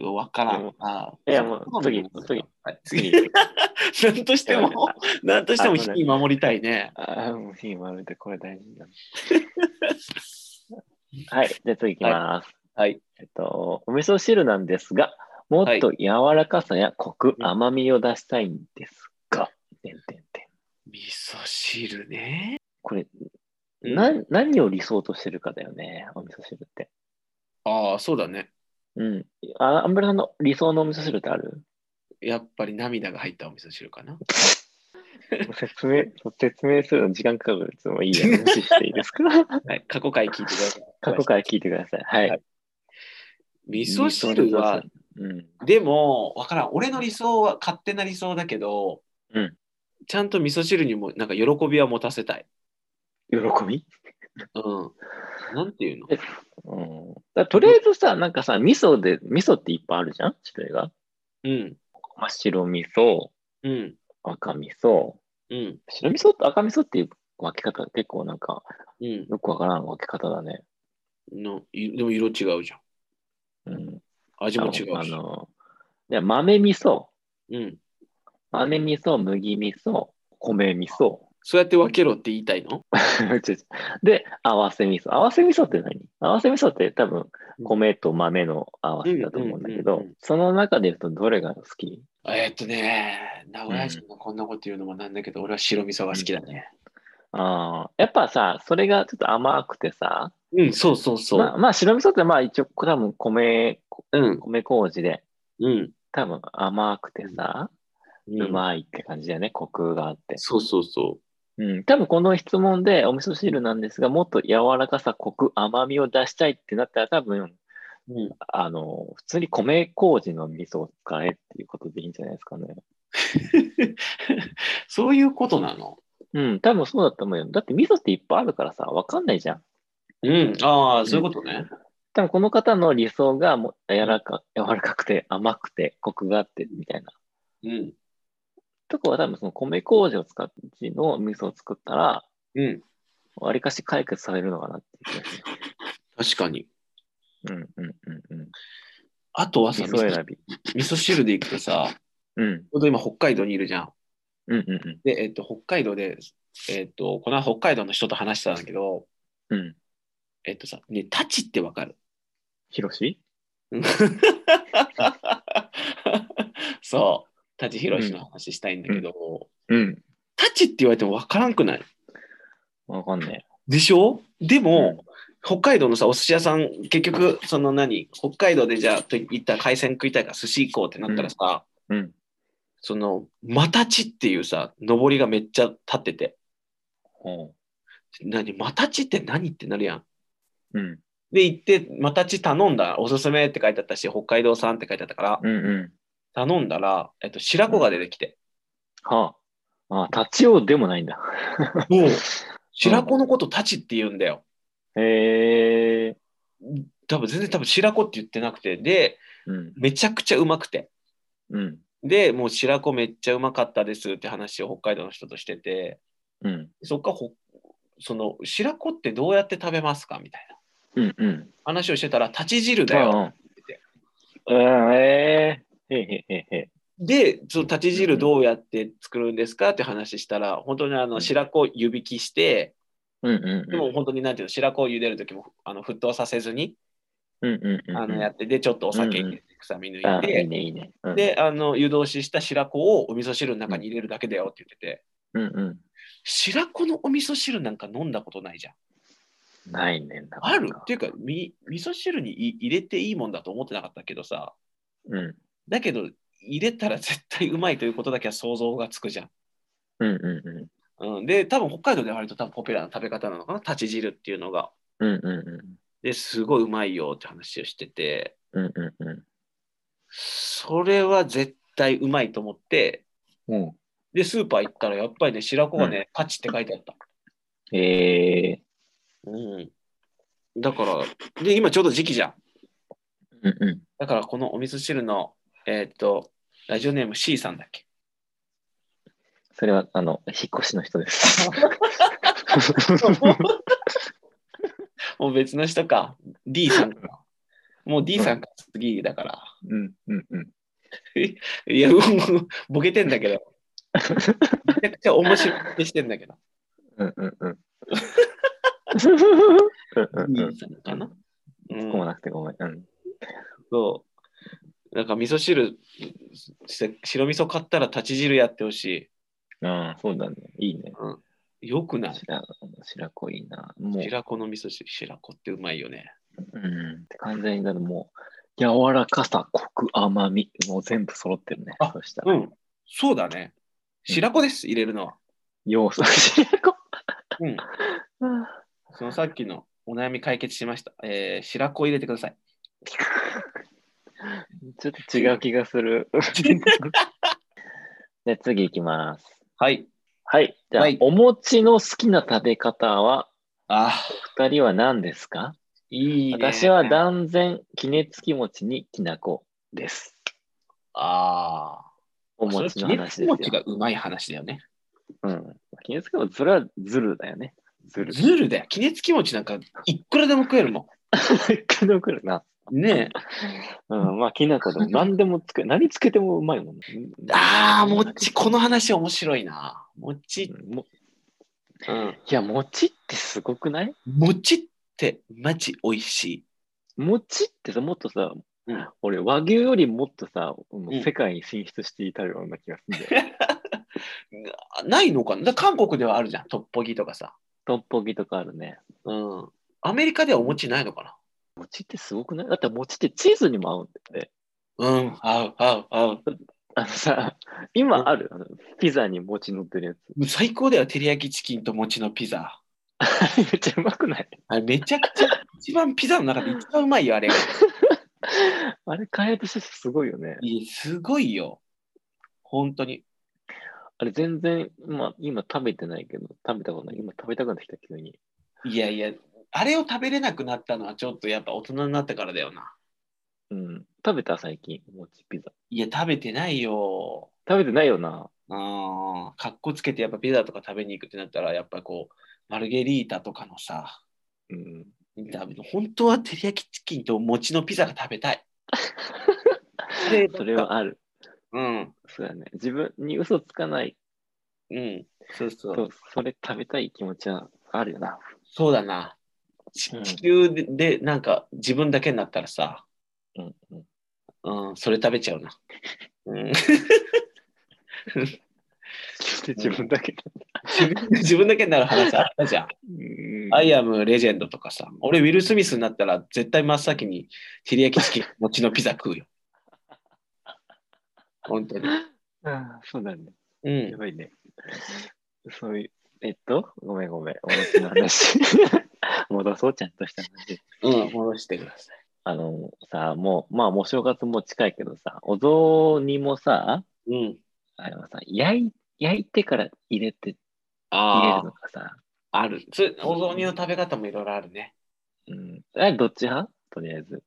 [SPEAKER 3] うわわから
[SPEAKER 2] うんん。
[SPEAKER 3] あ
[SPEAKER 2] いやもう
[SPEAKER 3] 好みのことだはい次。
[SPEAKER 2] 次。
[SPEAKER 3] 何としても、何としても
[SPEAKER 2] あのね
[SPEAKER 3] 火守りたいね。
[SPEAKER 2] ああ、もう火丸でこれ大事だ な。はい、じゃあ次いきます。
[SPEAKER 3] はい。
[SPEAKER 2] えっと、お味噌汁なんですが、もっと柔らかさやコク、
[SPEAKER 3] うん
[SPEAKER 2] 甘みを出したいんですが、てんてんてん
[SPEAKER 3] 味噌汁ね。
[SPEAKER 2] これ、
[SPEAKER 3] うん
[SPEAKER 2] な何を理想としてるかだよね、お味噌汁って。
[SPEAKER 3] ああ、そうだね。
[SPEAKER 2] うん。あ、アンブレさんの理想のお味噌汁ってある
[SPEAKER 3] やっぱり涙が入ったお味噌汁かな。
[SPEAKER 2] 説明、説明するの時間かかるいつもいいや、無視していいですか
[SPEAKER 3] はい、過去回聞いてください。
[SPEAKER 2] 過去から聞いてください。は。
[SPEAKER 3] はい味噌汁は、
[SPEAKER 2] うん。
[SPEAKER 3] でも、わからん。俺の理想は勝手な理想だけど、
[SPEAKER 2] うん
[SPEAKER 3] ちゃんと味噌汁にも、なんか喜びは持たせたい。
[SPEAKER 2] 喜び
[SPEAKER 3] うん。なんていうの
[SPEAKER 2] うんだとりあえずさ、なんかさ、味噌で、味噌っていっぱいあるじゃん種類が。
[SPEAKER 3] うん。
[SPEAKER 2] まあ、白味噌、
[SPEAKER 3] うん。
[SPEAKER 2] 赤味噌。
[SPEAKER 3] うん。
[SPEAKER 2] 白味噌と赤味噌っていう分け方、結構なんか、
[SPEAKER 3] うん。
[SPEAKER 2] よくわからん分け方だね。
[SPEAKER 3] のいでも色違うじゃん。
[SPEAKER 2] うん。
[SPEAKER 3] 味も違う
[SPEAKER 2] あ
[SPEAKER 3] し。
[SPEAKER 2] の、いや豆味噌、
[SPEAKER 3] うん。
[SPEAKER 2] 豆味噌、麦味噌、米味噌。
[SPEAKER 3] そうやって分けろって言いたいの
[SPEAKER 2] で、合わせ味噌。合わせ味噌って何合わせ味噌って多分
[SPEAKER 3] うん、
[SPEAKER 2] 米と豆の合わせだと思うんだけ
[SPEAKER 3] うんうん
[SPEAKER 2] ど
[SPEAKER 3] うんうん、
[SPEAKER 2] その中で言うとどれが好き
[SPEAKER 3] えーっとね、名古屋人がこんなこと言うのもなんだけど、俺は白味噌が好きだね。
[SPEAKER 2] ああ、やっぱさ、それがちょっと甘くてさ、
[SPEAKER 3] うん、そうそうそう。
[SPEAKER 2] まあ、まあ白味噌ってまあ一応多分米、
[SPEAKER 3] うん、
[SPEAKER 2] 米麹で
[SPEAKER 3] うん。
[SPEAKER 2] 多分甘くてさ、うまいって感じだよね、コクがあって。
[SPEAKER 3] そうそうそ
[SPEAKER 2] うん、多分この質問でお味噌汁なんですが、もっと柔らかさ、コク、甘みを出したいってなったら多分、
[SPEAKER 3] う。うん、
[SPEAKER 2] あの、普通に米麹の味噌を使えっていうことでいいんじゃないですかね。
[SPEAKER 3] そういうことなの。
[SPEAKER 2] うん、多分そうだと思うよ。だって味噌っていっぱいあるからさ、わかんないじゃん。
[SPEAKER 3] うん、ああ、そういうことね。
[SPEAKER 2] 多分この方の理想がもう柔らか、柔らかくて甘くてコクがあってみたいな。
[SPEAKER 3] うん、
[SPEAKER 2] とこは多分その米麹を使っての味噌を作ったら、
[SPEAKER 3] うん、
[SPEAKER 2] わりかし解決されるのかなっていう気がす
[SPEAKER 3] 確かに。
[SPEAKER 2] る。うんうんうんうん。
[SPEAKER 3] あとは
[SPEAKER 2] 味
[SPEAKER 3] さ、味
[SPEAKER 2] 噌
[SPEAKER 3] 噌
[SPEAKER 2] 選び。
[SPEAKER 3] 味噌汁でいくとさ、ち
[SPEAKER 2] うん
[SPEAKER 3] ょうど今北海道にいるじゃん。
[SPEAKER 2] うんうんうん
[SPEAKER 3] で、えっと、北海道で、えっと、この間北海道の人と話したんだけど、
[SPEAKER 2] うん。
[SPEAKER 3] えっとさ、ね、タチってわかる
[SPEAKER 2] ひろし
[SPEAKER 3] そう、舘ひろしの話したいんだけど、
[SPEAKER 2] うん。
[SPEAKER 3] タチって言われても分からんくない
[SPEAKER 2] わかんね
[SPEAKER 3] でしょで
[SPEAKER 2] う
[SPEAKER 3] も、
[SPEAKER 2] ん
[SPEAKER 3] 北海道のさ、お寿司屋さん、結局、その何、北海道でじゃあ、と言ったら海鮮食いたいから寿司行こうってなったらさ、
[SPEAKER 2] え。うん。
[SPEAKER 3] その、マタチっていうさ、上りがめっちゃ立ってて、
[SPEAKER 2] ほ
[SPEAKER 3] 何、マタチって何ってなるやん。
[SPEAKER 2] う。うん。
[SPEAKER 3] で、行って、マタチ頼んだら、おすすめって書いてあったし、北海道産って書いてあったから、
[SPEAKER 2] うんうん。
[SPEAKER 3] 頼んだら、えっと、白子が出てきて、
[SPEAKER 2] はあ。ああ、立ちようでもないんだ。
[SPEAKER 3] もう、白子のことタチって言うんだよ。
[SPEAKER 2] へえ。
[SPEAKER 3] 多分全然多分白子って言ってなくて、で、
[SPEAKER 2] うん
[SPEAKER 3] めちゃくちゃうまくて。
[SPEAKER 2] うん
[SPEAKER 3] で、もう白子めっちゃうまかったですって話を北海道の人としてて、
[SPEAKER 2] うん
[SPEAKER 3] そっからほ、その、白子ってどうやって食べますかみたいな
[SPEAKER 2] うんうん。
[SPEAKER 3] 話をしてたら、立ち汁だよ。
[SPEAKER 2] うん。うん。ええ。へえへえへえ。
[SPEAKER 3] で、その立ち汁どうやって作るんですかって話したら、本当にあ
[SPEAKER 2] う
[SPEAKER 3] の
[SPEAKER 2] ん
[SPEAKER 3] 白子を湯引きして、
[SPEAKER 2] うんうん
[SPEAKER 3] で
[SPEAKER 2] う
[SPEAKER 3] も
[SPEAKER 2] ん。
[SPEAKER 3] 本当になんていうの、白子を茹でる時もあの沸騰させずに、
[SPEAKER 2] うんうんうん。
[SPEAKER 3] あのやって、で、ちょっとお酒入れて、臭み抜いて、
[SPEAKER 2] あいいねいいね。うん、
[SPEAKER 3] で、あの湯通しした白子をお味噌汁の中に入れるだけだよって言ってて、
[SPEAKER 2] うんうん。
[SPEAKER 3] 白子のお味噌汁なんか飲んだことないじゃん。
[SPEAKER 2] ないねんな。
[SPEAKER 3] あるっていうか、み味噌汁にい入れていいもんだと思ってなかったけどさ、
[SPEAKER 2] うん。
[SPEAKER 3] だけど、入れたら絶対うまいということだけは想像がつくじゃん。
[SPEAKER 2] うんうんうん。
[SPEAKER 3] うん、で、多分北海道で割と多分ポピュラーな食べ方なのかな、立ち汁っていうのが。
[SPEAKER 2] うんうん
[SPEAKER 3] ですごいうまいよって話をしてて、
[SPEAKER 2] うん。うんうんうん。
[SPEAKER 3] それは絶対うまいと思って、
[SPEAKER 2] うん、
[SPEAKER 3] で、スーパー行ったらやっぱりね、白子がね、パチって書いてあった。
[SPEAKER 2] ええ
[SPEAKER 3] うん。だから、で、今ちょうど時期じゃん。
[SPEAKER 2] うんう
[SPEAKER 3] だからこのお味噌汁の、えーっと、ラジオネーム C さんだっけ。
[SPEAKER 2] ん。それは、あの、引っ越しの人です。
[SPEAKER 3] もう別の人か。D さんか。もう D さんか、次だから。
[SPEAKER 2] うんうんうん。
[SPEAKER 3] いや、 うんボケてんだけど。めちゃくちゃ面白いボケしてんだけど。
[SPEAKER 2] うんうんうん。うんうんうん
[SPEAKER 3] D さんかな。う
[SPEAKER 2] ごめん
[SPEAKER 3] ん、
[SPEAKER 2] なくてごめん。うん。
[SPEAKER 3] そう。なんか味噌汁、し白味噌買ったら立ち汁やってほし
[SPEAKER 2] ああ、そうだね。いいね。
[SPEAKER 3] い。よくない
[SPEAKER 2] 白白子いいな。もう、
[SPEAKER 3] 白子の味噌汁、白子ってうまいよね。
[SPEAKER 2] うん。完全にだともう、柔らかさ、コク、甘み、もう全部揃ってるね
[SPEAKER 3] あ。
[SPEAKER 2] そした
[SPEAKER 3] う
[SPEAKER 2] ら、
[SPEAKER 3] ん。そうだね。白子です、入れるのは。
[SPEAKER 2] 要素、 白子。
[SPEAKER 3] うん。そのさっきのお悩み解決しました。えー、白子入れてください。
[SPEAKER 2] ちょっと違う気がす る。で、次いきます。
[SPEAKER 3] はい。
[SPEAKER 2] はい。じゃあ、
[SPEAKER 3] はい
[SPEAKER 2] お餅の好きな食べ方は、
[SPEAKER 3] あ
[SPEAKER 2] 二人は何ですか
[SPEAKER 3] いいね。
[SPEAKER 2] 私は断然、杵つき餅にきなこです。
[SPEAKER 3] ああ。
[SPEAKER 2] お餅の話
[SPEAKER 3] それ
[SPEAKER 2] で
[SPEAKER 3] は
[SPEAKER 2] す
[SPEAKER 3] 気持ち
[SPEAKER 2] よ。
[SPEAKER 3] がうまい話だよね。
[SPEAKER 2] うん。杵つき餅、それはずるだよね。ずる。
[SPEAKER 3] ズルだよ。気熱気持ちなんかいくらでも食えるも
[SPEAKER 2] くどくるな。
[SPEAKER 3] ん。ね
[SPEAKER 2] うん。まあ、きなこでも何でもつけ、何つけてもうまいもんね。
[SPEAKER 3] え。ああ、もち、この話面白いな。もち、
[SPEAKER 2] うんも
[SPEAKER 3] うん。
[SPEAKER 2] いや、餅ってすごくない
[SPEAKER 3] もちってマジ美味しい。
[SPEAKER 2] 餅ってさ、もっとさ、
[SPEAKER 3] うん
[SPEAKER 2] 俺、和牛よりもっとさ、
[SPEAKER 3] ん
[SPEAKER 2] 世界に進出していたような気がするん だよ。
[SPEAKER 3] あないのかなだ韓国ではあるじゃん。トッポギとかさ。
[SPEAKER 2] トッポギとかあるね。
[SPEAKER 3] うん。アメリカではお餅ないのか
[SPEAKER 2] 餅ってすごくないだって餅ってチーズにも合うんだよね。
[SPEAKER 3] なうん。合う、合う、合う。
[SPEAKER 2] あのさ、今ある、あのピザに餅乗ってるやつ。
[SPEAKER 3] もう最高だよ。照り焼きチキンと餅のピザ。
[SPEAKER 2] あ れめっちゃうまくない
[SPEAKER 3] あれめちゃくちゃ、一番ピザの中で一番うまいよ、あれが。
[SPEAKER 2] あれ開発した人すごいよね。
[SPEAKER 3] いやすごいよ。本当に。
[SPEAKER 2] あれ全然、まあ今食べてないけど、食べたことない。今食べたくなってきた急に。
[SPEAKER 3] いやいや、あれを食べれなくなったのはちょっとやっぱ大人になってからだよな。
[SPEAKER 2] うん。食べた最近、餅ピザ。
[SPEAKER 3] いや、食べてないよ。
[SPEAKER 2] 食べてないよな。
[SPEAKER 3] あーかっこつけてやっぱピザとか食べに行くってなったら、やっぱこう、マルゲリータとかのさ、
[SPEAKER 2] うん。
[SPEAKER 3] だ本当は照り焼きチキンと餅のピザが食べたい。で
[SPEAKER 2] それはある。
[SPEAKER 3] うん、
[SPEAKER 2] そうだね。自分に嘘つかない。
[SPEAKER 3] うん、そうそ。
[SPEAKER 2] そううそれ食べたい気持ちはあるよな。
[SPEAKER 3] そうだな。ち
[SPEAKER 2] うん
[SPEAKER 3] 地球ででなんか自分だけになったらさ、
[SPEAKER 2] うんうん。
[SPEAKER 3] うん、それ食べちゃうな。うん
[SPEAKER 2] 自分だけだ。
[SPEAKER 3] 自分だけになる話あったじゃん。
[SPEAKER 2] うん
[SPEAKER 3] アイアムレジェンドとかさ、俺ウィル・スミスになったら絶対真っ先に照り焼きチキン、餅のピザ食うよ。本当に。
[SPEAKER 2] あーそうだね。
[SPEAKER 3] う
[SPEAKER 2] や
[SPEAKER 3] ん。
[SPEAKER 2] ばいね。そういう、えっと、ごめんごめん。お餅の 話。戻そう、ちゃんとした話。
[SPEAKER 3] うん、戻してください。
[SPEAKER 2] あの、さ、もう、まあ、もう正月も近いけどさ、お雑煮もさ、
[SPEAKER 3] うん。
[SPEAKER 2] あのさ、焼い焼いてから入れて、入れ
[SPEAKER 3] あ
[SPEAKER 2] るのかさ、
[SPEAKER 3] あ、ある。それお雑煮の食べ方もいろいろあるね。
[SPEAKER 2] うん。あどっち派とりあえず。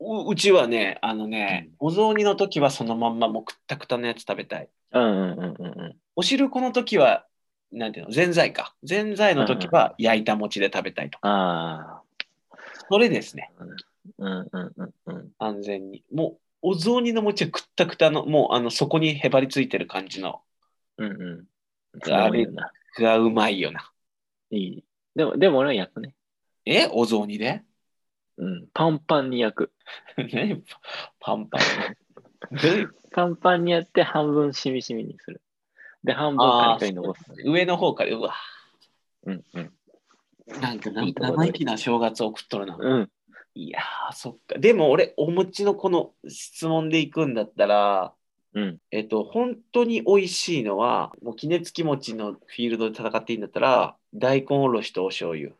[SPEAKER 3] ううちはね、あのね、お雑煮の時はそのまんまもうくったくたのやつ食べたい。
[SPEAKER 2] うんうんうんうんうん。
[SPEAKER 3] お汁粉の時は、なんていうの、ぜんざいか。ぜんざいの時は焼いた餅で食べたいと。
[SPEAKER 2] ああ、
[SPEAKER 3] それですね。
[SPEAKER 2] うんうんうんうん。
[SPEAKER 3] 安全に。もう、お雑煮の餅はくったくたの、もう、あの、そこにへばりついてる感じの、
[SPEAKER 2] うんうん。それもいいよな。
[SPEAKER 3] がうまいよな。
[SPEAKER 2] いい。でも、でも俺は焼くね。
[SPEAKER 3] えお雑煮で
[SPEAKER 2] うん。パンパンに焼く。
[SPEAKER 3] ねパンパン。 どういう
[SPEAKER 2] パンパンにやって半分しみしみにする。で、半分カリカリ残す。
[SPEAKER 3] 上の方から、うわ、
[SPEAKER 2] うんうん。
[SPEAKER 3] なんかない
[SPEAKER 2] いとこだね
[SPEAKER 3] 生意気な正月を送っとるな。
[SPEAKER 2] うん。
[SPEAKER 3] いやー、そっか。でも俺、お餅のこの質問でいくんだったら、
[SPEAKER 2] うん。
[SPEAKER 3] えっと、本当に美味しいのは、もう、杵つき餅のフィールドで戦っていいんだったら、大根おろしとお醤油。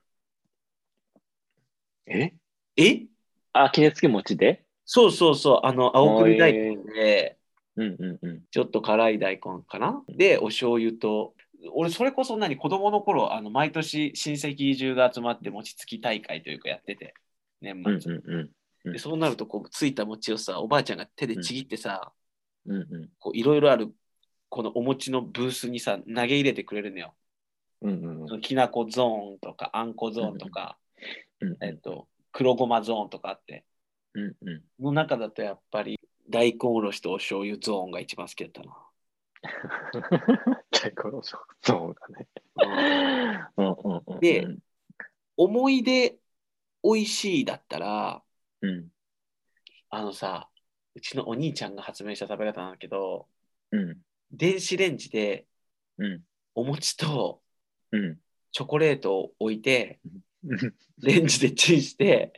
[SPEAKER 2] え
[SPEAKER 3] え
[SPEAKER 2] あ、杵付け餅で
[SPEAKER 3] そうそうそう、あの、青首大根で、
[SPEAKER 2] うんうんうん。
[SPEAKER 3] ちょっと辛い大根かなで、お醤油と、俺、それこそ何、子供の頃、あの、毎年親戚中が集まって餅つき大会というかやってて、年
[SPEAKER 2] うん
[SPEAKER 3] 末。
[SPEAKER 2] うんうん。
[SPEAKER 3] でそうなると、こう、ついた餅をさ、おばあちゃんが手でちぎってさ、
[SPEAKER 2] うんうん。
[SPEAKER 3] こういろいろあるこのお餅のブースにさ投げ入れてくれるのよ。
[SPEAKER 2] うんうんうん
[SPEAKER 3] そのきなこゾーンとかあんこゾーンとか、
[SPEAKER 2] うん
[SPEAKER 3] えっと、黒ごまゾーンとかあって
[SPEAKER 2] うんうん。
[SPEAKER 3] の中だとやっぱり大根おろしとお醤油ゾーンが一番好きだった
[SPEAKER 2] 大根の食像がね。
[SPEAKER 3] な。
[SPEAKER 2] うんうんうん。
[SPEAKER 3] で思い出おいしいだったら
[SPEAKER 2] うん
[SPEAKER 3] あのさうちのお兄ちゃんが発明した食べ方なんだけど
[SPEAKER 2] うん
[SPEAKER 3] 電子レンジで
[SPEAKER 2] うん
[SPEAKER 3] お餅と
[SPEAKER 2] うん
[SPEAKER 3] チョコレートを置いて
[SPEAKER 2] うん。
[SPEAKER 3] レンジでチンして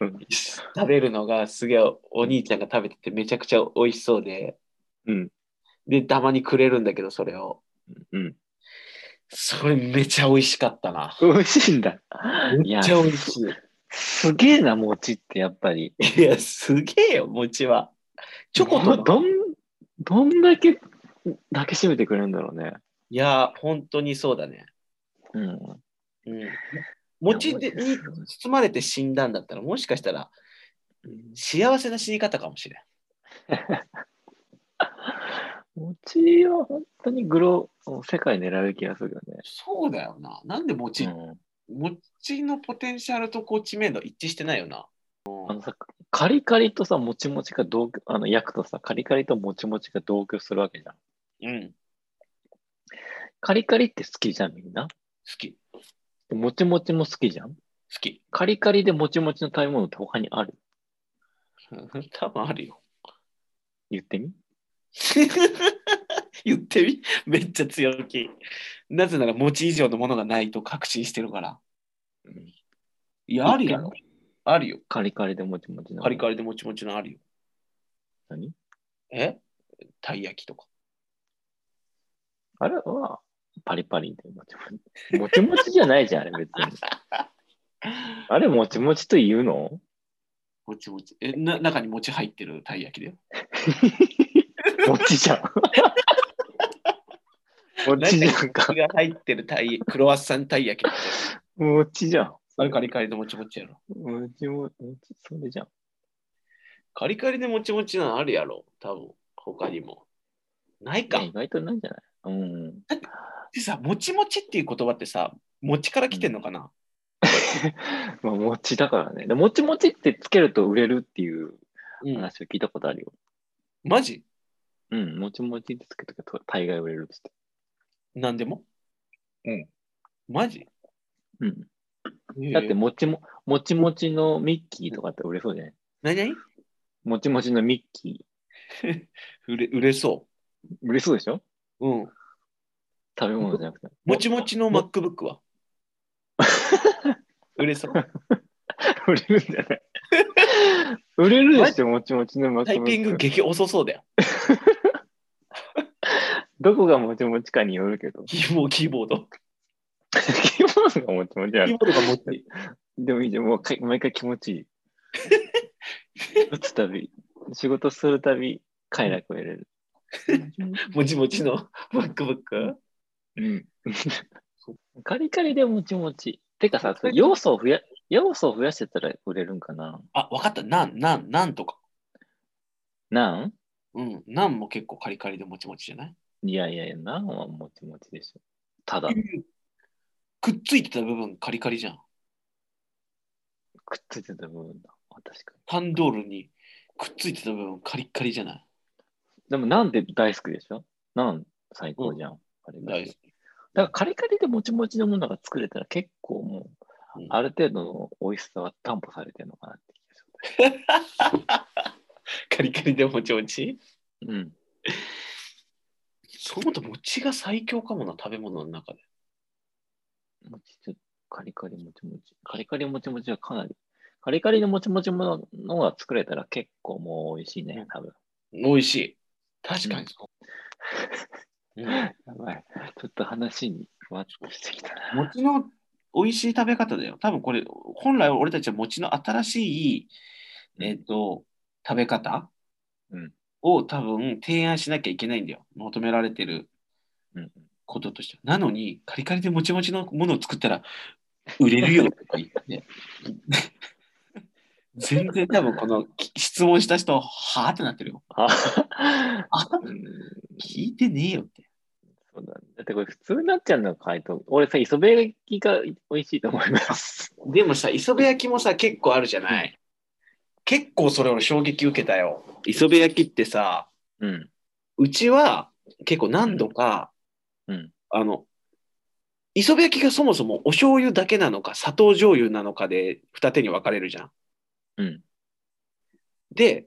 [SPEAKER 2] うん
[SPEAKER 3] 食べるのがすげえお兄ちゃんが食べててめちゃくちゃ美味しそうで、
[SPEAKER 2] うん
[SPEAKER 3] でたまにくれるんだけどそれを
[SPEAKER 2] うん。
[SPEAKER 3] それめちゃ美味しかったな
[SPEAKER 2] 美味しいんだ。い
[SPEAKER 3] め
[SPEAKER 2] や
[SPEAKER 3] っちゃ美味し
[SPEAKER 2] すげえな、餅ってやっぱり。
[SPEAKER 3] いいやすげえよ餅はチョコ
[SPEAKER 2] ど
[SPEAKER 3] とか
[SPEAKER 2] どん、どんだけ、だけ締めてくれるんだろうね。
[SPEAKER 3] いや本当にそうだね、
[SPEAKER 2] うん。
[SPEAKER 3] うん、餅で
[SPEAKER 2] いや
[SPEAKER 3] に包まれて死んだんだったらもしかしたら幸せな死に方かもしれん
[SPEAKER 2] 餅は本当にグロ、世界狙う気がするよね。
[SPEAKER 3] そうだよななんで餅、
[SPEAKER 2] うん
[SPEAKER 3] 餅のポテンシャルとこう知名度一致してないよな
[SPEAKER 2] あのさ、カリカリとさ、もちもちが同居、あの、焼くとさ、カリカリともちもちが同居するわけじゃん。
[SPEAKER 3] うん
[SPEAKER 2] カリカリって好きじゃん、みんな。
[SPEAKER 3] 好き、好
[SPEAKER 2] もちもちも好きじゃん。
[SPEAKER 3] き。
[SPEAKER 2] カリカリでもちもちの食べ物って他にある
[SPEAKER 3] 多分あるよ。
[SPEAKER 2] 言ってみ
[SPEAKER 3] 言ってみ めっちゃ強気。なぜなら餅以上のものがないと確信してるから。
[SPEAKER 2] うん
[SPEAKER 3] いや、あるよ。あるよ。
[SPEAKER 2] カリカリでもちもちの。
[SPEAKER 3] カリカリでもちもちのあるよ。
[SPEAKER 2] 何
[SPEAKER 3] えたい焼きとか。
[SPEAKER 2] あれはパリパリでもちもち。もちもちじゃないじゃん、あれ別 に。あれもちもちと言うの
[SPEAKER 3] もちもち。え、な中に餅入ってるたい焼きだよ。
[SPEAKER 2] もちじゃん。もちじゃんか
[SPEAKER 3] 餅。が入ってるたい、クロワッサンたい焼きだよ。
[SPEAKER 2] もちじゃん。
[SPEAKER 3] あれカリカリでもちもちやろ。
[SPEAKER 2] もちもち、もちそれじゃん。
[SPEAKER 3] カリカリでもちもちなのあるやろ。多分他にも。ないか。
[SPEAKER 2] 意外とないんじゃないうん。
[SPEAKER 3] でさ、もちもちっていう言葉ってさ、餅から来てんのかな、
[SPEAKER 2] まあ、もちだからね。でもちもちってつけると売れるっていう
[SPEAKER 3] うん
[SPEAKER 2] 話を聞いたことあるよ。
[SPEAKER 3] マジ
[SPEAKER 2] うん、もちもちってつけとけと大概売れるっつって。
[SPEAKER 3] 何でも
[SPEAKER 2] うん。
[SPEAKER 3] マジ
[SPEAKER 2] うん。だ
[SPEAKER 3] だ
[SPEAKER 2] って、もちも、もちもちのミッキーとかって売れそうじゃない
[SPEAKER 3] 何々
[SPEAKER 2] もちもちのミッキ
[SPEAKER 3] 売れ売れそ
[SPEAKER 2] ー。売れそうでしょ
[SPEAKER 3] う。うん。
[SPEAKER 2] 食べ物じゃなくて。
[SPEAKER 3] もちもちの MacBook は売れそう。
[SPEAKER 2] 売れるんじゃない 売れるでしょ、もちもちのマ
[SPEAKER 3] タイピング激遅そうだよ。
[SPEAKER 2] どこがもちもちかによるけど。
[SPEAKER 3] キーボード、キーボード。
[SPEAKER 2] 気持ちがもちもちや
[SPEAKER 3] キー
[SPEAKER 2] る。
[SPEAKER 3] ボードが持って。
[SPEAKER 2] でもいいじゃん、もうか毎回気持ちいい。 打つたび、仕事するたび、快楽を得れる。
[SPEAKER 3] もちもちの MacBook?
[SPEAKER 2] うん。カリカリでもちもち。てかさ、要素を増や、要素を増やしてたら売れるんかな
[SPEAKER 3] あ、わかった。なん、なん、なんとか。
[SPEAKER 2] なん
[SPEAKER 3] うん。なんも結構カリカリでもちもちじゃない
[SPEAKER 2] いやいやいや、なんはもちもちでしょ。ただ、
[SPEAKER 3] くっついてた部分カリカリじゃん。
[SPEAKER 2] くっついてた部分だ。あ確かに。
[SPEAKER 3] タンドールにくっついてた部分カリッカリじゃない
[SPEAKER 2] でも、なんで大好きでしょなん最高じゃん。カリカ
[SPEAKER 3] 大
[SPEAKER 2] リ
[SPEAKER 3] 好き
[SPEAKER 2] だからカリカリでもちもちのものが作れたら結構もう
[SPEAKER 3] うん、
[SPEAKER 2] ある程度の美味しさは担保されてるのかなって気がす
[SPEAKER 3] カリカリでもちもち
[SPEAKER 2] る。うん。
[SPEAKER 3] そう思うと餅が最強かもな食べ物の中で
[SPEAKER 2] もちちょっとカリカリもちもち。カリカリもちもちはかなり。カリカリのもちもちものが作れたら結構もう美味しいね、多分。
[SPEAKER 3] 美味しい。確かにそう。うん
[SPEAKER 2] やばい。ちょっと話にふわっとしてきたな。
[SPEAKER 3] 餅の美味しい食べ方だよ。多分これ、本来俺たちは餅の新しい、えっ、と、食べ方、
[SPEAKER 2] うん
[SPEAKER 3] を多分提案しなきゃいけないんだよ。求められてる
[SPEAKER 2] うん
[SPEAKER 3] こととしては。なのに、カリカリでもちもちのものを作ったら売れるよとか言って。 全然多分このき質問した人、はーってなってるよ。
[SPEAKER 2] あ、
[SPEAKER 3] あ
[SPEAKER 2] うん
[SPEAKER 3] 聞いてねえよって。
[SPEAKER 2] そうだね。だってこれ普通になっちゃうの回答。俺さ、磯辺焼きが美味しいと思います。
[SPEAKER 3] でもさ、磯辺焼きもさ、結構あるじゃない。結構それ俺衝撃受けたよ。磯辺焼きってさ、
[SPEAKER 2] うん。
[SPEAKER 3] うちは結構何度か、
[SPEAKER 2] うん
[SPEAKER 3] あの、磯辺焼きがそもそもお醤油だけなのか、砂糖醤油なのかで二手に分かれるじゃん。
[SPEAKER 2] うん。
[SPEAKER 3] で、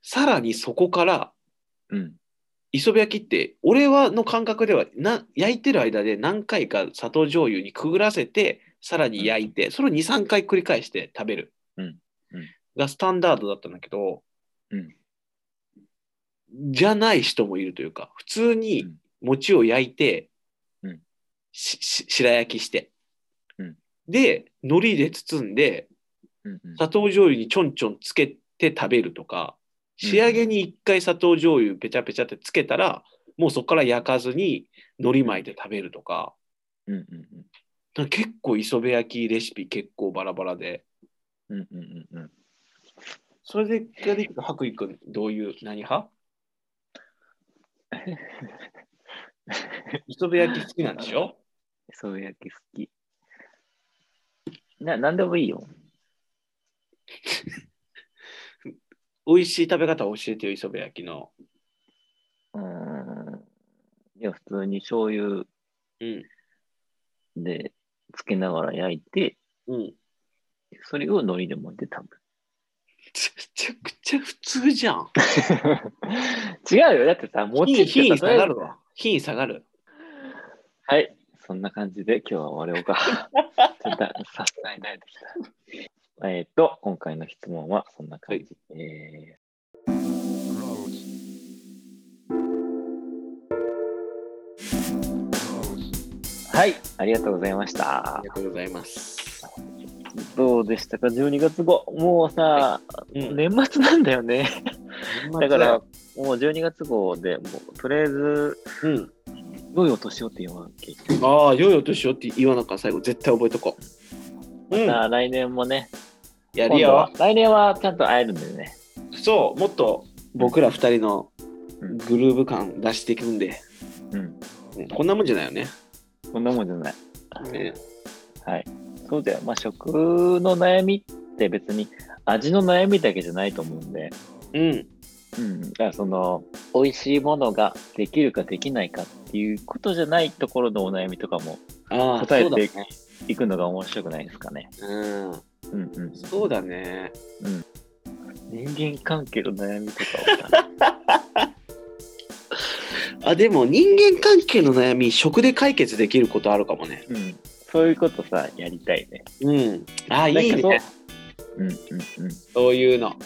[SPEAKER 3] さらにそこから、
[SPEAKER 2] うん。
[SPEAKER 3] 磯辺焼きって、俺はの感覚ではな、焼いてる間で何回か砂糖醤油にくぐらせて、さらに焼いて、それを2、3回繰り返して食べる。
[SPEAKER 2] うんうん
[SPEAKER 3] がスタンダードだったんだけど、
[SPEAKER 2] うん
[SPEAKER 3] じゃない人もいるというか、普通に
[SPEAKER 2] うん
[SPEAKER 3] 餅を焼いて、
[SPEAKER 2] うん
[SPEAKER 3] しし白焼きして、
[SPEAKER 2] うん
[SPEAKER 3] で、海苔で包んで、
[SPEAKER 2] うんうん
[SPEAKER 3] 砂糖醤油にちょんちょんつけて食べるとか
[SPEAKER 2] うん
[SPEAKER 3] 仕上げに一回砂糖醤油ペチャペチャってつけたらもうそこから焼かずに海苔巻いて食べるとか
[SPEAKER 2] うんうんうん
[SPEAKER 3] だから結構磯辺焼きレシピ結構バラバラで
[SPEAKER 2] うんうんうんうん。
[SPEAKER 3] それでができた白衣くんどういう何 派磯辺焼き好きなんでしょ
[SPEAKER 2] 磯辺焼き好き。な、なんでもいいよ。
[SPEAKER 3] 美味しい食べ方を教えてよ磯辺焼きの
[SPEAKER 2] うーん。いや、普通に醤油
[SPEAKER 3] うん
[SPEAKER 2] でつけながら焼いて、
[SPEAKER 3] うん
[SPEAKER 2] それを海苔で巻いて食べる。
[SPEAKER 3] めちゃくちゃ普通じゃん
[SPEAKER 2] 違うよ。だってさ、餅って
[SPEAKER 3] 品位
[SPEAKER 2] さ、
[SPEAKER 3] 下
[SPEAKER 2] とりあ
[SPEAKER 3] が
[SPEAKER 2] えず
[SPEAKER 3] るわ品位下がる
[SPEAKER 2] はい。そんな感じで今日は終わろう か。ちょっとさすがに慣れてきた。えっと、今回の質問はそんな感じ。えーはい。ありがとうございました
[SPEAKER 3] あり。がとうございます、
[SPEAKER 2] どうでしたか ?12 月後。もうさ、
[SPEAKER 3] うん
[SPEAKER 2] 年末なんだよね。だから、もう12月号でもう、とりあえず、
[SPEAKER 3] うん、
[SPEAKER 2] 良いお年をって言わなきゃいけない。
[SPEAKER 3] ああ、良いお年をって言わなか最後、絶対覚えとこう。うん、
[SPEAKER 2] さ
[SPEAKER 3] や
[SPEAKER 2] あ来年もね、
[SPEAKER 3] る
[SPEAKER 2] 今度
[SPEAKER 3] よ
[SPEAKER 2] は。来年はちゃんと会えるんだよね。
[SPEAKER 3] そう、もっと僕ら二人の
[SPEAKER 2] うん
[SPEAKER 3] グルーヴ感出していくんで、
[SPEAKER 2] うん。
[SPEAKER 3] うんこんなもんじゃないよね。
[SPEAKER 2] そんなもんじゃない。
[SPEAKER 3] ね
[SPEAKER 2] はい。そうだよ。まあ、食の悩みって別に味の悩みだけじゃないと思うんで、
[SPEAKER 3] うん、
[SPEAKER 2] うん。だからその、美味しいものができるかできないかっていうことじゃないところのお悩みとかも
[SPEAKER 3] ああ、
[SPEAKER 2] 答えて
[SPEAKER 3] そうだね。
[SPEAKER 2] いくのが面白くないですかね。
[SPEAKER 3] うん、
[SPEAKER 2] うんうん。
[SPEAKER 3] そうだね。
[SPEAKER 2] 人間関係の悩みとかをさ
[SPEAKER 3] あ、でも人間関係の悩み、食で解決できることあるかもね。
[SPEAKER 2] うん。そういうことさ、やりたいね。
[SPEAKER 3] うん。ああ、いい
[SPEAKER 2] だけど
[SPEAKER 3] ね。
[SPEAKER 2] うんうん
[SPEAKER 3] そういうの。好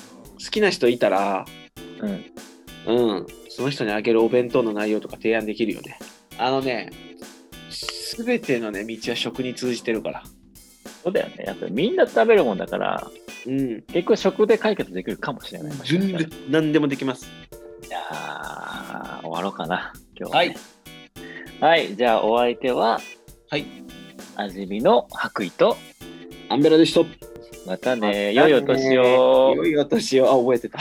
[SPEAKER 3] きな人いたら、
[SPEAKER 2] うん。うん。
[SPEAKER 3] うん、その人にあげるお弁当の内容とか提案できるよね。あのね、すべてのね、道は食に通じてるから。
[SPEAKER 2] そうだよね。やっぱりみんな食べるもんだから、
[SPEAKER 3] うん。
[SPEAKER 2] 結構食で解決できるかもしれない。
[SPEAKER 3] 全然何でもできます。
[SPEAKER 2] じゃあ、終わろうかな、今日は、
[SPEAKER 3] はい
[SPEAKER 2] ね。はい。じゃあ、お相手は、
[SPEAKER 3] はい。
[SPEAKER 2] 味見の白衣と、
[SPEAKER 3] アンベラでした。
[SPEAKER 2] またね、良いお年を。
[SPEAKER 3] 良いお年を。あ、覚えてた。